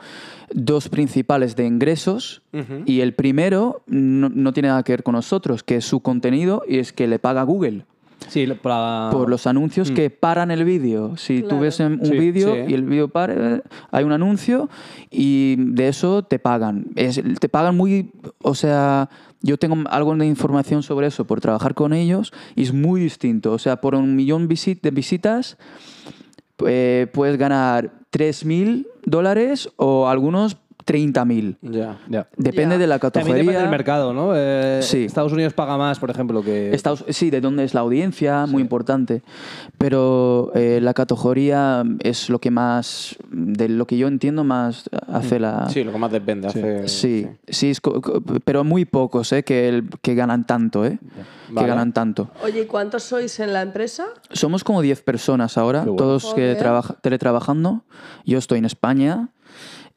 E: dos principales de ingresos. Y el primero no, no tiene nada que ver con nosotros, que es su contenido y es que le paga Google
B: Sí, lo- para...
E: por los anuncios que paran el vídeo. Si tú
D: Claro.
E: ves en un
B: Ah. Mm. Sí,
E: vídeo
C: sí.
E: y el vídeo para, eh, hay un anuncio y de eso te pagan. Es- te pagan muy, o sea, yo tengo algo de información sobre eso por trabajar con ellos y es muy distinto. O sea, por un millón visi- de visitas eh, puedes ganar 3.000 dólares o algunos 30.000.
C: Ya.
B: Ya.
E: Depende
D: Ya.
E: de la categoría.
B: También depende del mercado, ¿no? Eh,
E: Sí.
B: Estados Unidos paga más, por ejemplo, que...
E: Estados- sí, de dónde es la audiencia, muy importante. Pero eh, la categoría es lo que más, de lo que yo entiendo, más hace la...
C: Mm. Sí, lo que más depende. hace-
E: Sí, sí, es co- co- pero muy pocos eh, que, el- que ganan tanto, ¿eh?
C: Vale.
E: Que ganan tanto.
D: Oye, ¿y cuántos sois en la empresa?
E: Somos como 10 personas ahora,
B: bueno.
E: todos que
D: Joder.
E: trabaja- teletrabajando. Yo estoy en España.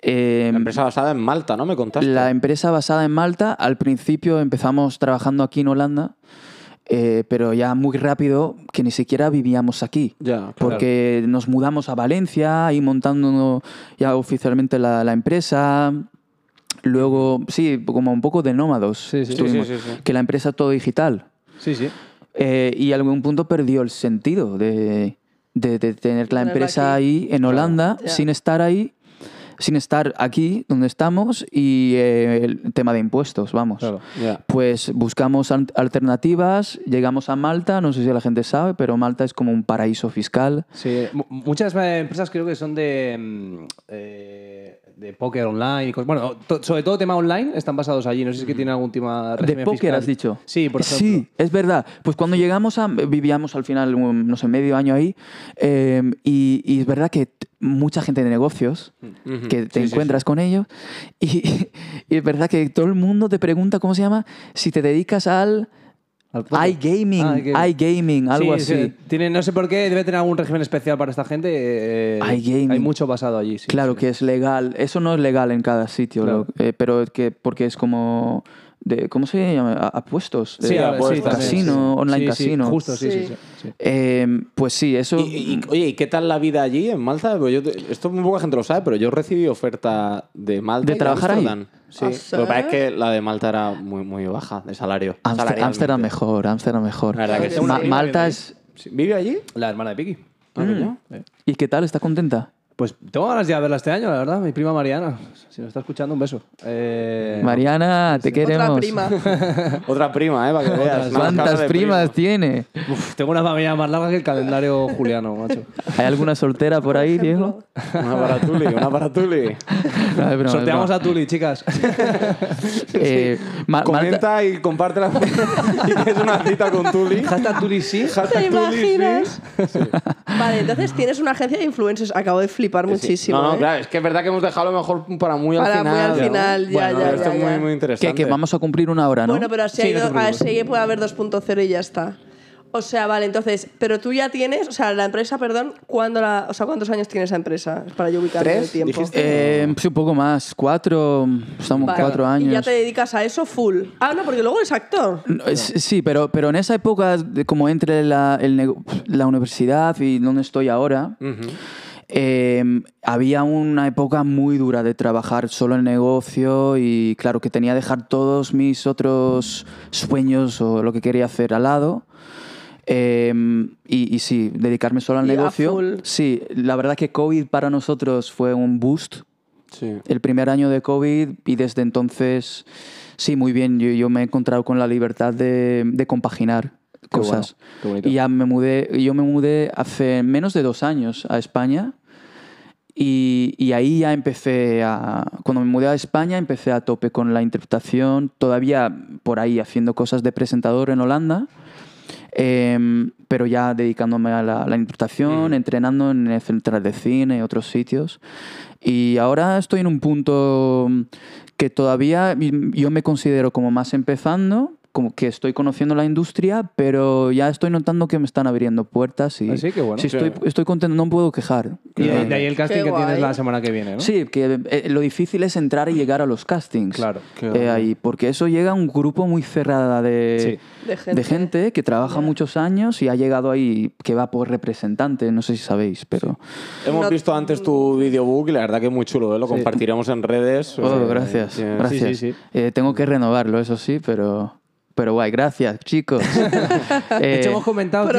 E: Eh,
C: La empresa basada en Malta, ¿no? Me contaste.
E: La em- empresa basada en Malta, al principio empezamos trabajando aquí en Holanda, eh, pero ya muy rápido que ni siquiera vivíamos aquí.
C: Ya, claro.
E: Porque nos mudamos a Valencia y montando ya oficialmente la, la empresa. Luego, sí, como un poco de nómados.
B: Sí, sí.
E: estuvimos.
C: Sí, sí, sí, sí.
E: Que la empresa todo digital.
B: Sí, sí.
E: Eh, y a algún punto perdió el sentido de, de, de tener la
D: Tenerla
E: empresa
D: aquí.
E: ahí en Holanda
D: ya.
E: sin estar ahí, sin estar aquí donde estamos y eh, el tema de impuestos, vamos.
B: Claro.
C: Ya.
E: Pues buscamos al- alternativas, llegamos a Malta, no sé si la gente sabe, pero Malta es como un paraíso fiscal.
B: Sí, mu- muchas eh, empresas creo que son de, mm, eh, de póker online. y cosas- Bueno, to- sobre todo tema online están basados allí. No sé si es que tienen algún tema
E: Mm. De
B: régimen
E: póker
B: fiscal.
E: has dicho.
B: Sí, por ejemplo.
E: Sí, es verdad. Pues cuando llegamos a. Vivíamos al final, un, no sé, medio año ahí. eh, y, y es verdad que t- mucha gente de negocios que te
B: sí, sí.
E: encuentras con ellos. Y, y es verdad que todo el mundo te pregunta, ¿cómo se llama? Si te dedicas al.
B: Al póker.
E: iGaming,
B: Ah, que-
E: iGaming, algo
B: Sí,
E: así.
B: sí, tiene- no sé por qué, debe tener algún régimen especial para esta gente. eh,
E: iGaming.
B: Hay mucho basado allí, sí.
E: claro
B: sí.
E: que es legal. Eso no es legal en cada sitio,
B: Claro.
E: lo- eh, pero es que porque es como de ¿cómo se llama? A- Apuestos,
B: Sí,
E: eh,
B: ahora- sí,
C: apuestas,
B: también,
E: casino,
B: sí.
E: online
B: Sí, sí,
E: casino.
B: justo, sí, sí.
D: Sí.
B: sí, sí.
E: Eh, pues sí, eso.
C: Y- y- y, oye, ¿y qué tal la vida allí en Malta? Pues yo te- esto muy poca gente lo sabe, pero yo recibí oferta de Malta.
E: ¿De
C: y
E: trabajar ahí?
C: Ámsterdam. Sí.
D: ¿Ah,
C: Lo que pasa es
D: sí?
C: que la de Malta era muy, muy baja de salario.
E: Ámster-
C: salarialmente.
E: Ámsterdam mejor, Ámsterdam mejor.
C: La verdad que
D: sí.
E: Ma-
D: Sí.
E: Malta es.
C: Sí, ¿Vive allí?
B: La hermana de Piki.
C: Ah, coño.
E: ¿Y qué tal? ¿Está contenta?
B: Pues tengo ganas ya de verla este año, la verdad. Mi prima Mariana. Si nos está escuchando, un beso. Eh,
E: Mariana, te queremos.
D: pues Otra prima.
C: Otra prima, ¿eh? Para que veas. Una cara
E: ¿Cuántas
C: de
E: Mm. primas
C: primo.
E: tiene?
B: uf, tengo una familia más larga que el calendario juliano, macho.
E: ¿Hay alguna soltera por ahí, Diego?
C: Una para Tuli, una para Tuli.
E: No, es broma, es
B: Sorteamos
E: broma.
B: a Tuli, chicas.
E: Eh, Ma- Malta-
C: Comenta y compártela. y que es una cita con Tuli.
B: Hashtag Tuli sí.
C: Hashtag
D: ¿Te
C: Tuli, sí.
D: imaginas? Vale, entonces tienes una agencia de influencers. Acabo de flipar
C: Sí.
D: muchísimo.
C: No, no,
D: ¿eh?
C: claro, es que es verdad que hemos dejado a lo mejor para muy al
D: Para
C: final.
D: muy al final, ya,
C: Bueno,
D: ya,
C: pero esto
D: ya,
C: es muy,
D: ya.
C: muy interesante.
E: que, que vamos a cumplir una hora, ¿no?
D: Bueno, pero así,
B: Sí,
D: hay
B: no te
D: do-
B: preocupes.
D: así puede haber 2.0 y ya está. O sea, vale, entonces, pero tú ya tienes, o sea, la empresa, perdón, ¿cuándo la, o sea, ¿cuántos años tiene esa empresa? Es Para yo ubicarme en el
C: ¿Tres?
D: tiempo.
C: Dijiste-
E: Eh, sí, un poco más, cuatro, estamos
D: Vale.
E: cuatro años.
D: Y ya te dedicas a eso full. Ah, no, porque luego eres actor.
E: No, es- Sí, pero, pero en esa época, de como entre la, el nego- la universidad y donde estoy ahora, eh, había una época muy dura de trabajar solo en negocio y claro que tenía que dejar todos mis otros sueños o lo que quería hacer al lado. Eh, y, y sí, dedicarme solo al
D: Y a
E: negocio.
D: full.
E: Sí, la verdad que COVID para nosotros fue un boost
C: Sí.
E: el primer año de COVID y desde entonces, sí, muy bien. Yo, yo me he encontrado con la libertad de, de compaginar cosas.
B: bueno, qué bonito.
E: y ya me mudé, yo me mudé hace menos de dos años a España. Y, y ahí ya empecé a... Cuando me mudé a España empecé a tope con la interpretación, todavía por ahí haciendo cosas de presentador en Holanda, em, pero ya dedicándome a la, la interpretación, entrenando en el central de cine y otros sitios. Y ahora estoy en un punto que todavía yo me considero como más empezando, como que estoy conociendo la industria, pero ya estoy notando que me están abriendo puertas y
B: Ah, sí, qué bueno.
E: sí, estoy, estoy contento, no me puedo quejar.
B: Y de,
E: Eh,
B: de ahí el casting
D: Qué
B: que tienes
D: guay.
B: la semana que viene, ¿no?
E: Sí, que eh, lo difícil es entrar y llegar a los castings.
B: Claro.
E: Eh, ahí, porque eso llega a un grupo muy cerrada de,
D: Sí. De gente.
E: que trabaja muchos años y ha llegado ahí que va por representante, no sé si sabéis, pero...
C: Hemos
D: No- Mm.
C: visto antes tu videobook y la verdad que es muy chulo, ¿eh? lo compartiremos en redes.
E: Oh,
C: Eh,
E: gracias,
C: sí.
E: gracias.
B: sí, sí.
E: Eh, tengo que renovarlo, eso sí, pero... Pero guay, gracias, chicos. Eh,
B: De hecho, hemos comentado tío,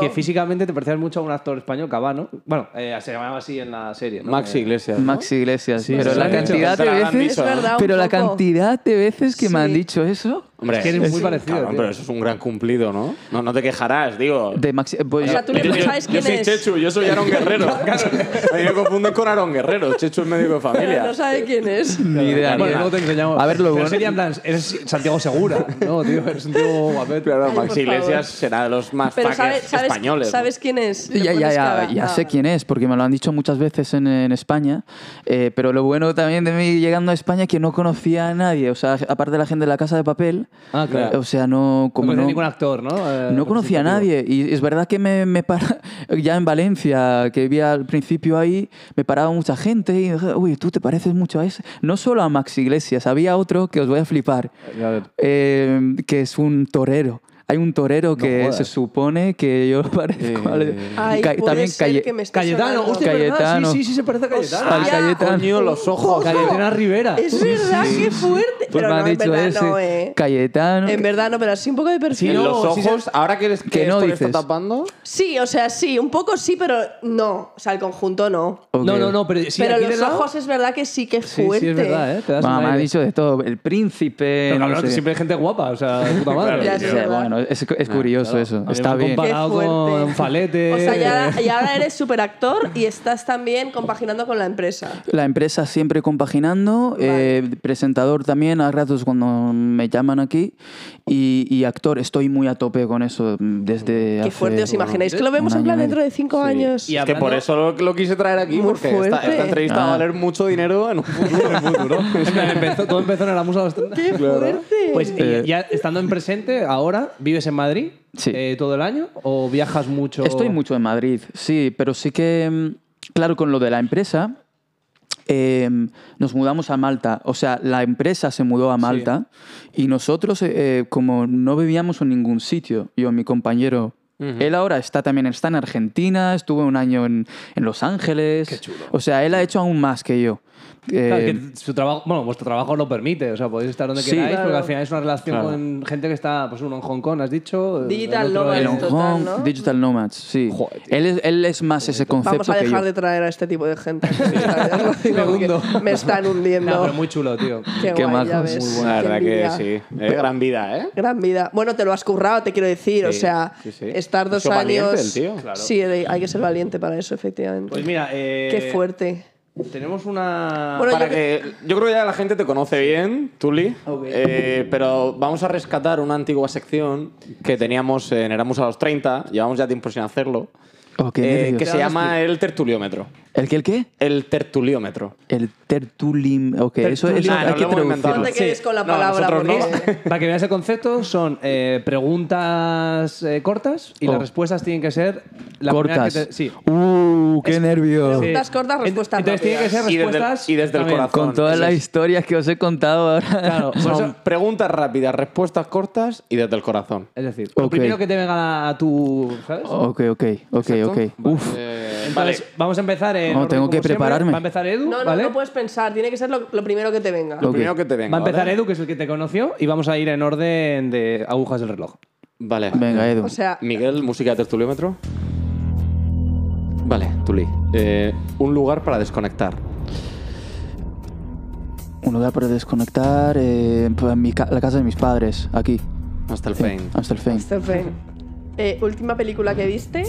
B: eh, que físicamente te parecías mucho a un actor español, Cabano. Bueno, eh, se llamaba así en la serie. ¿no?
C: Max
B: Eh,
C: Iglesias. ¿no?
E: Max Iglesias,
B: Sí,
E: pero
B: sí,
E: la
B: sí.
E: cantidad
C: Te
E: de
C: lo habrán
E: veces...
C: dicho, ¿eh?
D: Es verdad, un
E: pero la
D: poco.
E: cantidad de veces que me han
D: Sí.
E: dicho eso...
C: Hombre,
B: Es que eres muy
C: sí.
B: parecido,
C: Cabrón,
B: tío.
C: pero eso es un gran cumplido, ¿no? No, no te quejarás, digo.
E: De Maxi- pues
D: O sea, tú
E: yo-
D: le-
C: Yo- yo-
D: ¿sabes
C: yo
D: quién
C: soy
D: es?
C: Chechu, yo soy Aaron Guerrero. A mí me confunden con Aaron Guerrero. Chechu es médico de
D: Pero
C: familia.
D: no sabe quién es.
E: Ni idea, ni
B: Bueno,
E: idea.
B: luego te enseñamos.
E: A ver, lo
B: Pero
E: bueno-
B: sería en plan, eres Santiago Segura, ¿no, tío? Eres un tío guapete.
C: Claro,
D: Ay,
C: Max
D: por
C: Iglesias
D: favor.
C: será de los más
D: Pero
C: fuckers
D: sabes, sabes,
C: españoles. ¿no?
D: ¿sabes quién es? Le
E: Ya, ya,
D: pones
E: ya,
D: cara.
E: ya
D: Ah,
E: sé quién es, porque me lo han dicho muchas veces en, en España. Eh, pero lo bueno también de mí llegando a España es que no conocía a nadie. O sea, aparte de la gente de la casa de papel.
B: Ah, claro.
E: eh, O sea, no. Como
B: no
E: no,
B: conoces ningún actor, ¿no? Eh,
E: no conocía a nadie. Y es verdad que me, me para. Ya en Valencia, que vi al principio ahí, me paraba mucha gente y dije, uy, tú te pareces mucho a ese. No solo a Max Iglesias, había otro que os voy a flipar.
B: A ver.
E: eh, que es un torero. Hay un torero que
B: jodas.
E: se supone que yo parezco al-
D: Ay,
E: Ca-
D: puede ser
E: Calle-
D: que me esté
B: Cayetano,
D: sonando.
B: hostia, ¿verdad?
E: Cayetano.
B: Sí, sí, sí, se parece a Cayetano.
E: Al
D: Ya,
E: Cayetano.
C: Coño, los ojos.
B: Cayetana Rivera.
D: Es verdad, qué fuerte.
E: Pues
D: Pero
E: me
D: no,
E: han
D: en
E: dicho
D: verdad
E: ese.
D: no, eh.
E: Cayetano.
D: En verdad no, pero así un poco de perfil.
C: en
B: no,
C: los
B: sí, sí.
C: ojos, ahora que, les, que
E: Que no
C: esto le está
E: dices.
C: tapando.
D: Sí, o sea, sí, un poco sí, pero no. O sea, el conjunto no.
E: Ok.
B: No, no, no, pero sí,
D: pero
B: aquí
D: los
B: del lado-
D: ojos es verdad que sí que es
B: Sí,
D: fuerte.
B: sí, es verdad, ¿eh? Te das
E: Mamá,
B: un
E: me ha
B: aire.
E: dicho de todo. El príncipe.
B: Pero
E: no
B: cabrón,
E: sé qué.
B: siempre hay gente guapa, o sea, de puta madre.
D: Ya, sí,
E: O
D: es
E: sea,
D: verdad.
E: bueno, es, es curioso eso.
B: Habíamos
E: Está bien.
D: Qué
B: Comparado
D: fuerte.
B: con Falete.
D: O sea, ya, ya ahora eres superactor y estás también compaginando con la empresa.
E: La empresa siempre compaginando, eh, presentador también a ratos cuando me llaman aquí y, y actor, estoy muy a tope con eso mm, desde
D: Qué
E: hace,
D: fuerte, ¿os
E: bueno,
D: imagináis? Que lo vemos
E: un
D: en
E: año
D: plan
E: y medio.
D: dentro de cinco años.
B: Y
C: Es que
B: hablando-
C: por eso lo, lo quise traer aquí,
D: Muy
C: porque esta,
D: fuerte.
C: esta entrevista va a
E: Ah.
C: valer mucho dinero en un futuro. en un futuro.
B: En plan, empezó- todo empezó en la musa
D: ¡Qué fuerte!
B: Pues
E: Eh.
B: y ya estando en presente, ahora, ¿vives en Madrid
E: Sí.
B: eh, todo el año o viajas mucho?
E: Estoy mucho en Madrid, sí, pero sí que, mm, claro, con lo de la empresa, eh, nos mudamos a Malta. O sea, la empresa se mudó a Malta y nosotros, eh, eh, como no vivíamos en ningún sitio, yo, mi compañero. Él ahora está también está en Argentina, estuvo un año en, en Los Ángeles. O sea, él ha hecho aún más que yo.
B: Claro,
E: Eh,
B: que su trabajo, bueno, vuestro trabajo lo permite, o sea, podéis estar donde
E: Sí.
B: queráis, porque
D: Claro.
B: al final es una relación
C: Claro.
B: con gente que está, pues uno en Hong Kong, has dicho.
D: Digital
B: el otro
D: nomad,
B: en-
E: en Hong
D: total,
E: Kong,
D: ¿no?
E: Digital Nomads, sí.
B: Joder, tío.
E: él, es, él es más ese concepto
D: Vamos a
E: que yo.
D: dejar de traer a este tipo de gente. Ya os lo digo,
B: Me
D: porque
B: hundo.
D: me están hundiendo.
B: No, pero muy chulo, tío.
D: Qué,
E: Qué
D: guay, ya
E: majos.
D: ves.
E: Muy
C: La
D: Qué
C: verdad que
D: envidia.
C: sí. Eh, gran vida, ¿eh?
D: Gran vida. Bueno, te lo has currado, te quiero decir. o
C: Sí,
D: sea,
C: sí, sí.
D: estar
C: Ha
D: dos
C: sido valiente
D: años.
C: el tío. Claro.
D: Sí, hay que ser valiente para eso, efectivamente.
B: Pues mira, eh,
D: Qué fuerte.
B: Tenemos una.
D: Bueno,
C: Para
D: yo-
C: que, yo creo que ya la gente te conoce bien, Tuli, Eh, pero vamos a rescatar una antigua sección que teníamos en Erasmus a los 30, llevamos ya tiempo sin hacerlo,
E: Oh, qué
C: eh,
E: nervios.
C: que se llama el tertuliómetro.
E: ¿El qué? ¿El qué?
C: El tertuliómetro.
E: El tertulim. Ok, eso, eso
C: Tertulim. Ah,
E: hay
C: no,
E: que
C: lo hemos
E: traducirlo.
D: No
C: inventado.
D: te
C: Sí.
D: quedes con la
C: No,
D: palabra.
C: nosotros no.
D: porque-
B: Para que veas el concepto, son eh, preguntas eh, cortas y
E: Oh.
B: las respuestas tienen que ser. la primera
E: Cortas.
B: que te- sí.
E: Uh, qué nervios.
D: Sí. Preguntas cortas,
B: Ent-
D: respuestas
B: Entonces tiene que ser
C: rápidas. Y desde el-
B: respuestas.
C: y desde el
B: también.
C: corazón.
E: Con todas
C: Eso
E: las
C: es.
E: historias que os he contado ahora.
B: Claro, por
C: Son
B: eso-
C: preguntas rápidas, respuestas cortas y desde el corazón.
B: es decir, lo
E: Ok.
B: primero que te venga a tu. ¿Sabes?
E: Ok, ok, ok, ok. Uf.
C: Oh. Eh, vale.
B: Entonces, Vamos a empezar. En
E: No,
B: orden,
E: tengo
B: como
E: que
B: siempre.
E: prepararme.
B: Va a empezar Edu.
D: No, no,
B: ¿vale?
D: no puedes pensar. Tiene que ser lo, lo primero que te venga.
C: Lo
E: Ok.
C: primero que te venga.
B: Va a empezar
C: ¿vale?
B: Edu, que es el que te conoció, y vamos a ir en orden de agujas del reloj.
C: Vale.
E: Venga, Edu.
D: O sea,
C: Miguel, música de tertuliómetro. Vale, Tuli. Eh, un lugar para desconectar.
E: Un lugar para desconectar. eh, pues, en mi ca- la casa de mis padres, aquí.
C: Hasta el
E: En
C: Fein.
E: Amstelfein.
D: Stephen, eh, última película que viste.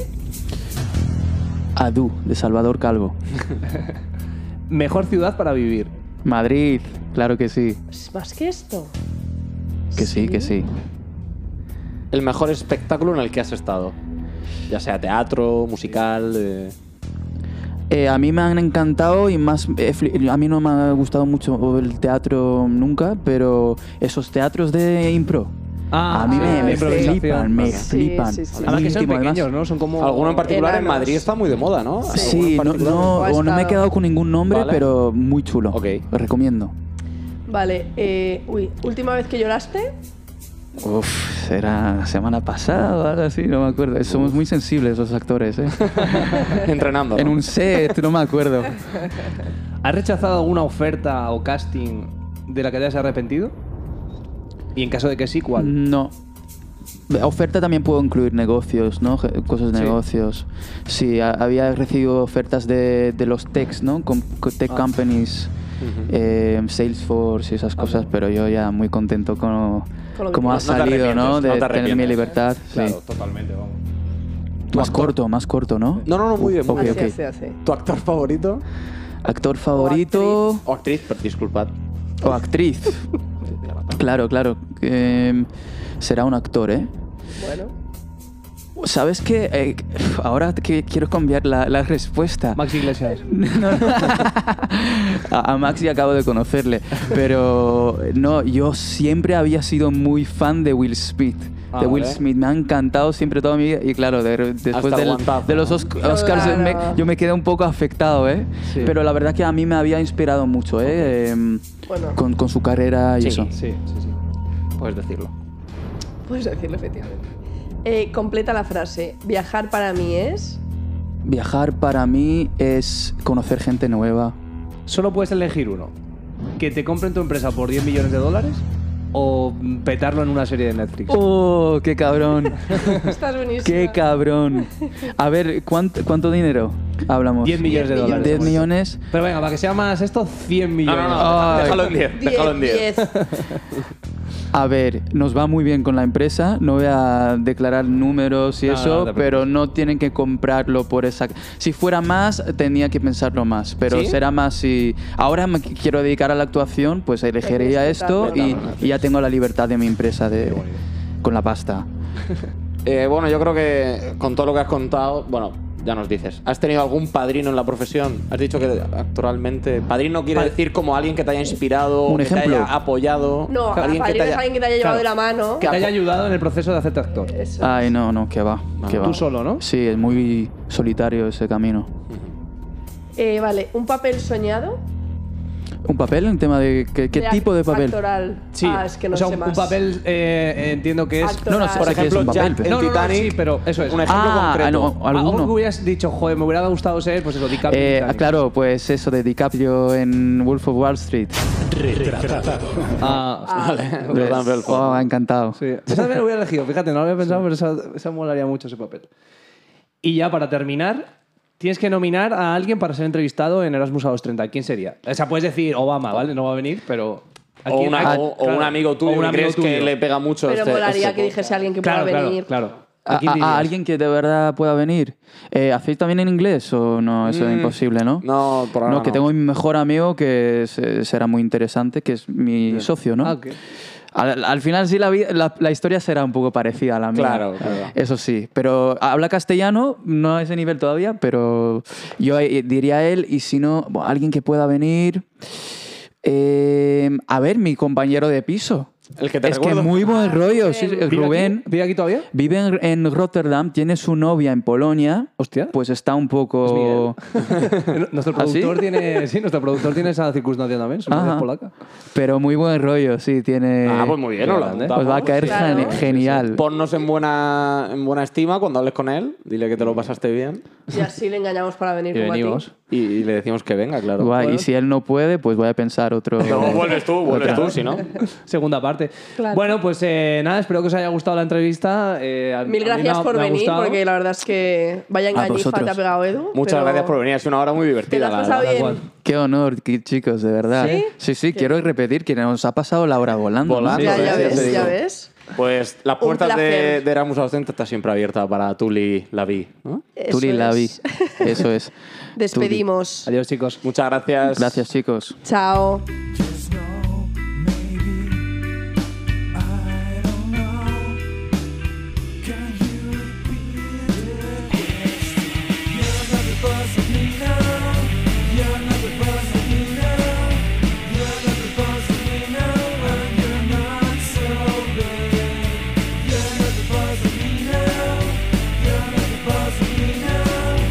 E: Adu, de Salvador Calvo.
B: Mejor ciudad para vivir.
E: Madrid, claro que sí.
D: Es pues más que esto.
E: Que sí, que sí.
C: El mejor espectáculo en el que has estado. Ya sea teatro, musical. eh,
E: Eh, a mí me han encantado y más. eh, fli- a mí no me ha gustado mucho el teatro nunca, pero esos teatros de impro.
B: Ah,
E: a mí me,
D: sí,
E: me
D: improvisación.
E: flipan, me
D: Sí,
E: flipan.
D: sí, sí.
B: Además que son
E: Íntimo, además.
B: pequeños, ¿no? Son como.
C: Alguno en particular en
D: Enanos.
C: Madrid está muy de moda, ¿no? Alguno
E: Sí,
C: en
E: no,
C: particular.
E: no,
D: Ha
E: o no me he
D: estado-
E: quedado con ningún nombre,
C: Vale.
E: pero muy chulo.
C: Ok.
E: Os recomiendo.
D: Vale, eh, uy, última vez que lloraste.
E: Uf, será la semana pasada o algo así, no me acuerdo. Somos muy sensibles los actores, ¿eh?
C: Entrenando.
E: en
C: ¿no?
E: un set, no me acuerdo.
B: ¿Has rechazado alguna oferta o casting de la que te hayas arrepentido? Y en caso de que sí, ¿cuál?
E: No. Oferta también puedo incluir negocios, ¿no? Je- Cosas de
B: Sí.
E: negocios. Sí, a- había recibido ofertas de, de los techs, ¿no? Com- co- tech
C: Ah.
E: companies, eh, Salesforce y
C: Ah.
E: esas cosas, pero yo ya muy contento con,
D: Con lo que
E: cómo ha
D: tienes.
C: No te
E: salido, ¿no?
C: arrepientes,
E: De
C: no te
E: tener mi
C: arrepientes.
E: libertad. sí.
C: Claro, totalmente, vamos.
E: Más corto, más corto, ¿no?
C: No, no, no, muy bien. muy
E: Ok,
D: así,
C: bien.
E: ok.
D: así, así.
C: ¿Tu actor favorito?
E: Actor favorito
C: O actriz, pero disculpad.
E: o actriz. claro, claro. Em, será un actor, ¿eh?
D: Bueno,
E: ¿Sabes qué? Eh, ahora que quiero cambiar la, la respuesta.
B: Max Iglesias.
E: A, a Maxi acabo de conocerle, pero no, yo siempre había sido muy fan de Will Smith.
B: Ah,
E: de Will
B: vale.
E: Smith, me ha encantado siempre toda mi vida. Y claro, de- después
C: el
E: del-
C: guantazo,
E: de los
C: ¿no?
E: Osc- Oscars,
D: Claro.
E: me- yo me quedé un poco afectado, ¿eh?
B: Sí.
E: Pero la verdad que a mí me había inspirado mucho, ¿eh? Em,
D: Bueno.
E: con, con su carrera y
C: Sí.
E: eso.
B: Sí, sí, sí.
C: Puedes decirlo.
D: puedes decirlo efectivamente. Eh, completa la frase. Viajar para mí es.
E: Viajar para mí es conocer gente nueva.
B: Solo puedes elegir uno. que te compren tu empresa por 10 millones de dólares o petarlo en una serie de Netflix?
E: ¡Oh, qué cabrón!
D: Estás buenísimo.
E: ¡Qué cabrón! A ver, ¿cuánto, cuánto dinero hablamos?
B: 10 millones de
D: 10
B: dólares.
E: 10 millones.
B: Pero venga, para que sea más esto, 100
C: No,
B: millones.
C: no,
E: Ay.
C: no. Déjalo en 10. Déjalo en 10.
E: A ver, nos va muy bien con la empresa, no voy a declarar números y
B: No, no,
E: eso,
B: no te preocupes.
E: pero no tienen que comprarlo por esa... Si fuera más, tenía que pensarlo más, pero
C: ¿Sí?
E: será más si... Ahora me qu- quiero dedicar a la actuación, pues elegiría
D: Tienes que
E: esto
D: darle.
E: y, y ya tengo la libertad de mi empresa de, con la pasta.
C: Eh, bueno, yo creo que con todo lo que has contado, bueno, ya nos dices. ¿Has tenido algún padrino en la profesión? Has dicho que actualmente. Padrino quiere
B: Pa-
C: decir como alguien que te haya inspirado,
E: Un
C: que
E: ejemplo.
C: te haya apoyado.
D: No, a
C: alguien que te
D: padrino es
C: haya.
D: alguien que te haya llevado
B: Claro.
D: de la mano.
C: Ah,
B: Que te haya ayudado en el proceso de hacerte actor.
C: Eh,
D: Eso.
E: Ay, no, no, que va. que va.
B: Ah. Tú solo, ¿no?
E: Sí, es muy solitario ese camino.
D: Eh, vale, un papel soñado.
E: ¿Un papel en tema de qué, qué
D: de
E: tipo de
D: act-
E: papel?
D: Actoral. Ah, es que no
B: o sea,
D: sé
B: un,
D: más.
B: un papel eh, entiendo que es...
D: Actor.
E: No, no, sé
D: Por
E: que es un
C: ejemplo,
E: papel.
C: Jack
E: pero-
B: No, no, no,
C: Titanic,
B: sí, pero eso es.
C: Un ejemplo
E: Ah,
C: concreto.
E: no, alguno.
B: Algo que hubieras dicho, joder, me hubiera gustado ser, pues eso, DiCaprio.
E: Eh,
B: Titanic.
E: claro, pues eso de DiCaprio en Wolf of Wall Street.
F: Retratado.
B: Ah,
C: Jordan Belfort.
E: Oh, encantado.
B: Sí. Esa también la hubiera elegido, fíjate, no lo había pensado, pero esa, esa molaría mucho ese papel. Y ya para terminar, tienes que nominar a alguien para ser entrevistado en Erasmus a los 30. ¿Quién sería? O sea, puedes decir Obama, ¿vale? No va a venir, pero. ¿a
C: O,
B: quién-
C: una-
B: a-
C: o- o
B: claro,
C: un amigo tuyo
B: o un
C: que
B: amigo
C: crees que
B: tuyo.
C: le pega mucho
D: Pero
C: este-
D: molaría
C: este
D: que
C: podcast.
D: dijese a alguien que
B: Claro,
D: pueda
B: claro,
D: venir.
B: claro.
E: A,
B: quién
E: a- a
B: dirías?
E: Ah, alguien que de verdad pueda venir. Eh, ¿Hacéis también en inglés o no? Eso es imposible, ¿no?
C: No, por ahora
E: No, que
C: no.
E: tengo mi mejor amigo que se- será muy interesante, que es mi socio, ¿no?
B: Ah, ok.
E: Al, al final sí la, vi- la, la historia será un poco parecida a la mía.
C: Claro, claro.
E: Eso sí, pero habla castellano, no a ese nivel todavía, pero yo eh, diría él, y si no, bueno, alguien que pueda venir... Eh, a ver, mi compañero de piso.
C: El que te
E: es
C: recuerdo.
E: que muy buen rollo, sí, sí,
B: ¿Vive
E: Rubén.
B: Aquí, ¿Vive aquí todavía?
E: Vive en, en Rotterdam, tiene su novia en Polonia.
B: Hostia.
E: Pues está un poco.
B: nuestro
E: ¿Ah, sí?
B: productor tiene. Sí, nuestro productor tiene esa circunstancia también, su novia
E: Ajá.
B: es polaca.
E: Pero muy buen rollo, sí, tiene.
C: Ah, pues muy bien,
B: Qué
C: nos lo
B: grande.
C: apuntamos.
E: Os eh, va a caer
D: Claro.
E: gen- genial.
C: Ponnos en buena, en buena estima cuando hables con él. Dile que te lo pasaste bien.
D: Y así le engañamos para venir
B: Y
D: como a
B: venimos.
D: ti.
C: Y, y le decimos que venga, claro.
E: Guay, Y si él no puede, pues voy a pensar otro.
C: Luego vuelves tú, vuelves tú, si no.
B: Segunda parte.
D: Claro.
B: Bueno, pues eh, nada, espero que os haya gustado la entrevista. eh, a- a
D: Mil
B: mí me
D: gracias
B: ha-
D: por
B: me ha
D: venir,
B: gustado.
D: porque la verdad es que vaya engañifa
E: vosotros.
D: te ha pegado Edu.
C: Muchas
D: pero
C: gracias por venir, ha sido una hora muy
D: Te
C: divertida.
D: la has
C: la
D: pasado
B: da
C: verdad.
D: bien.
B: igual.
E: Qué honor, qui- chicos, de verdad.
D: ¿Sí?
E: sí, sí, quiero repetir que nos ha pasado la hora volando. ¿no?
C: Volando,
D: Ya,
C: Sí,
D: ya
C: sí, sí,
D: ves, ya
C: sí.
D: ves.
C: Pues las puertas de,
D: placer.
C: de Erasmus Ausente está siempre abierta para Tuli Lavi. ¿no?
D: Eso
E: Tuli
D: es.
E: Lavi. Eso es.
D: Despedimos.
B: Adiós, chicos.
C: Muchas gracias.
E: Gracias, chicos.
D: Chao.
F: Just know, maybe I don't know. Can you repeat it? Yes. You're not the boss of me now. You're not the boss of me now. You're not the boss of me now, and you're not so bad. You're not the boss of me now. You're not the boss of me now.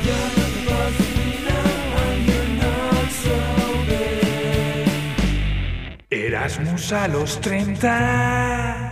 F: You're not the boss of me now, and you're not so bad. Erasmus a los 30.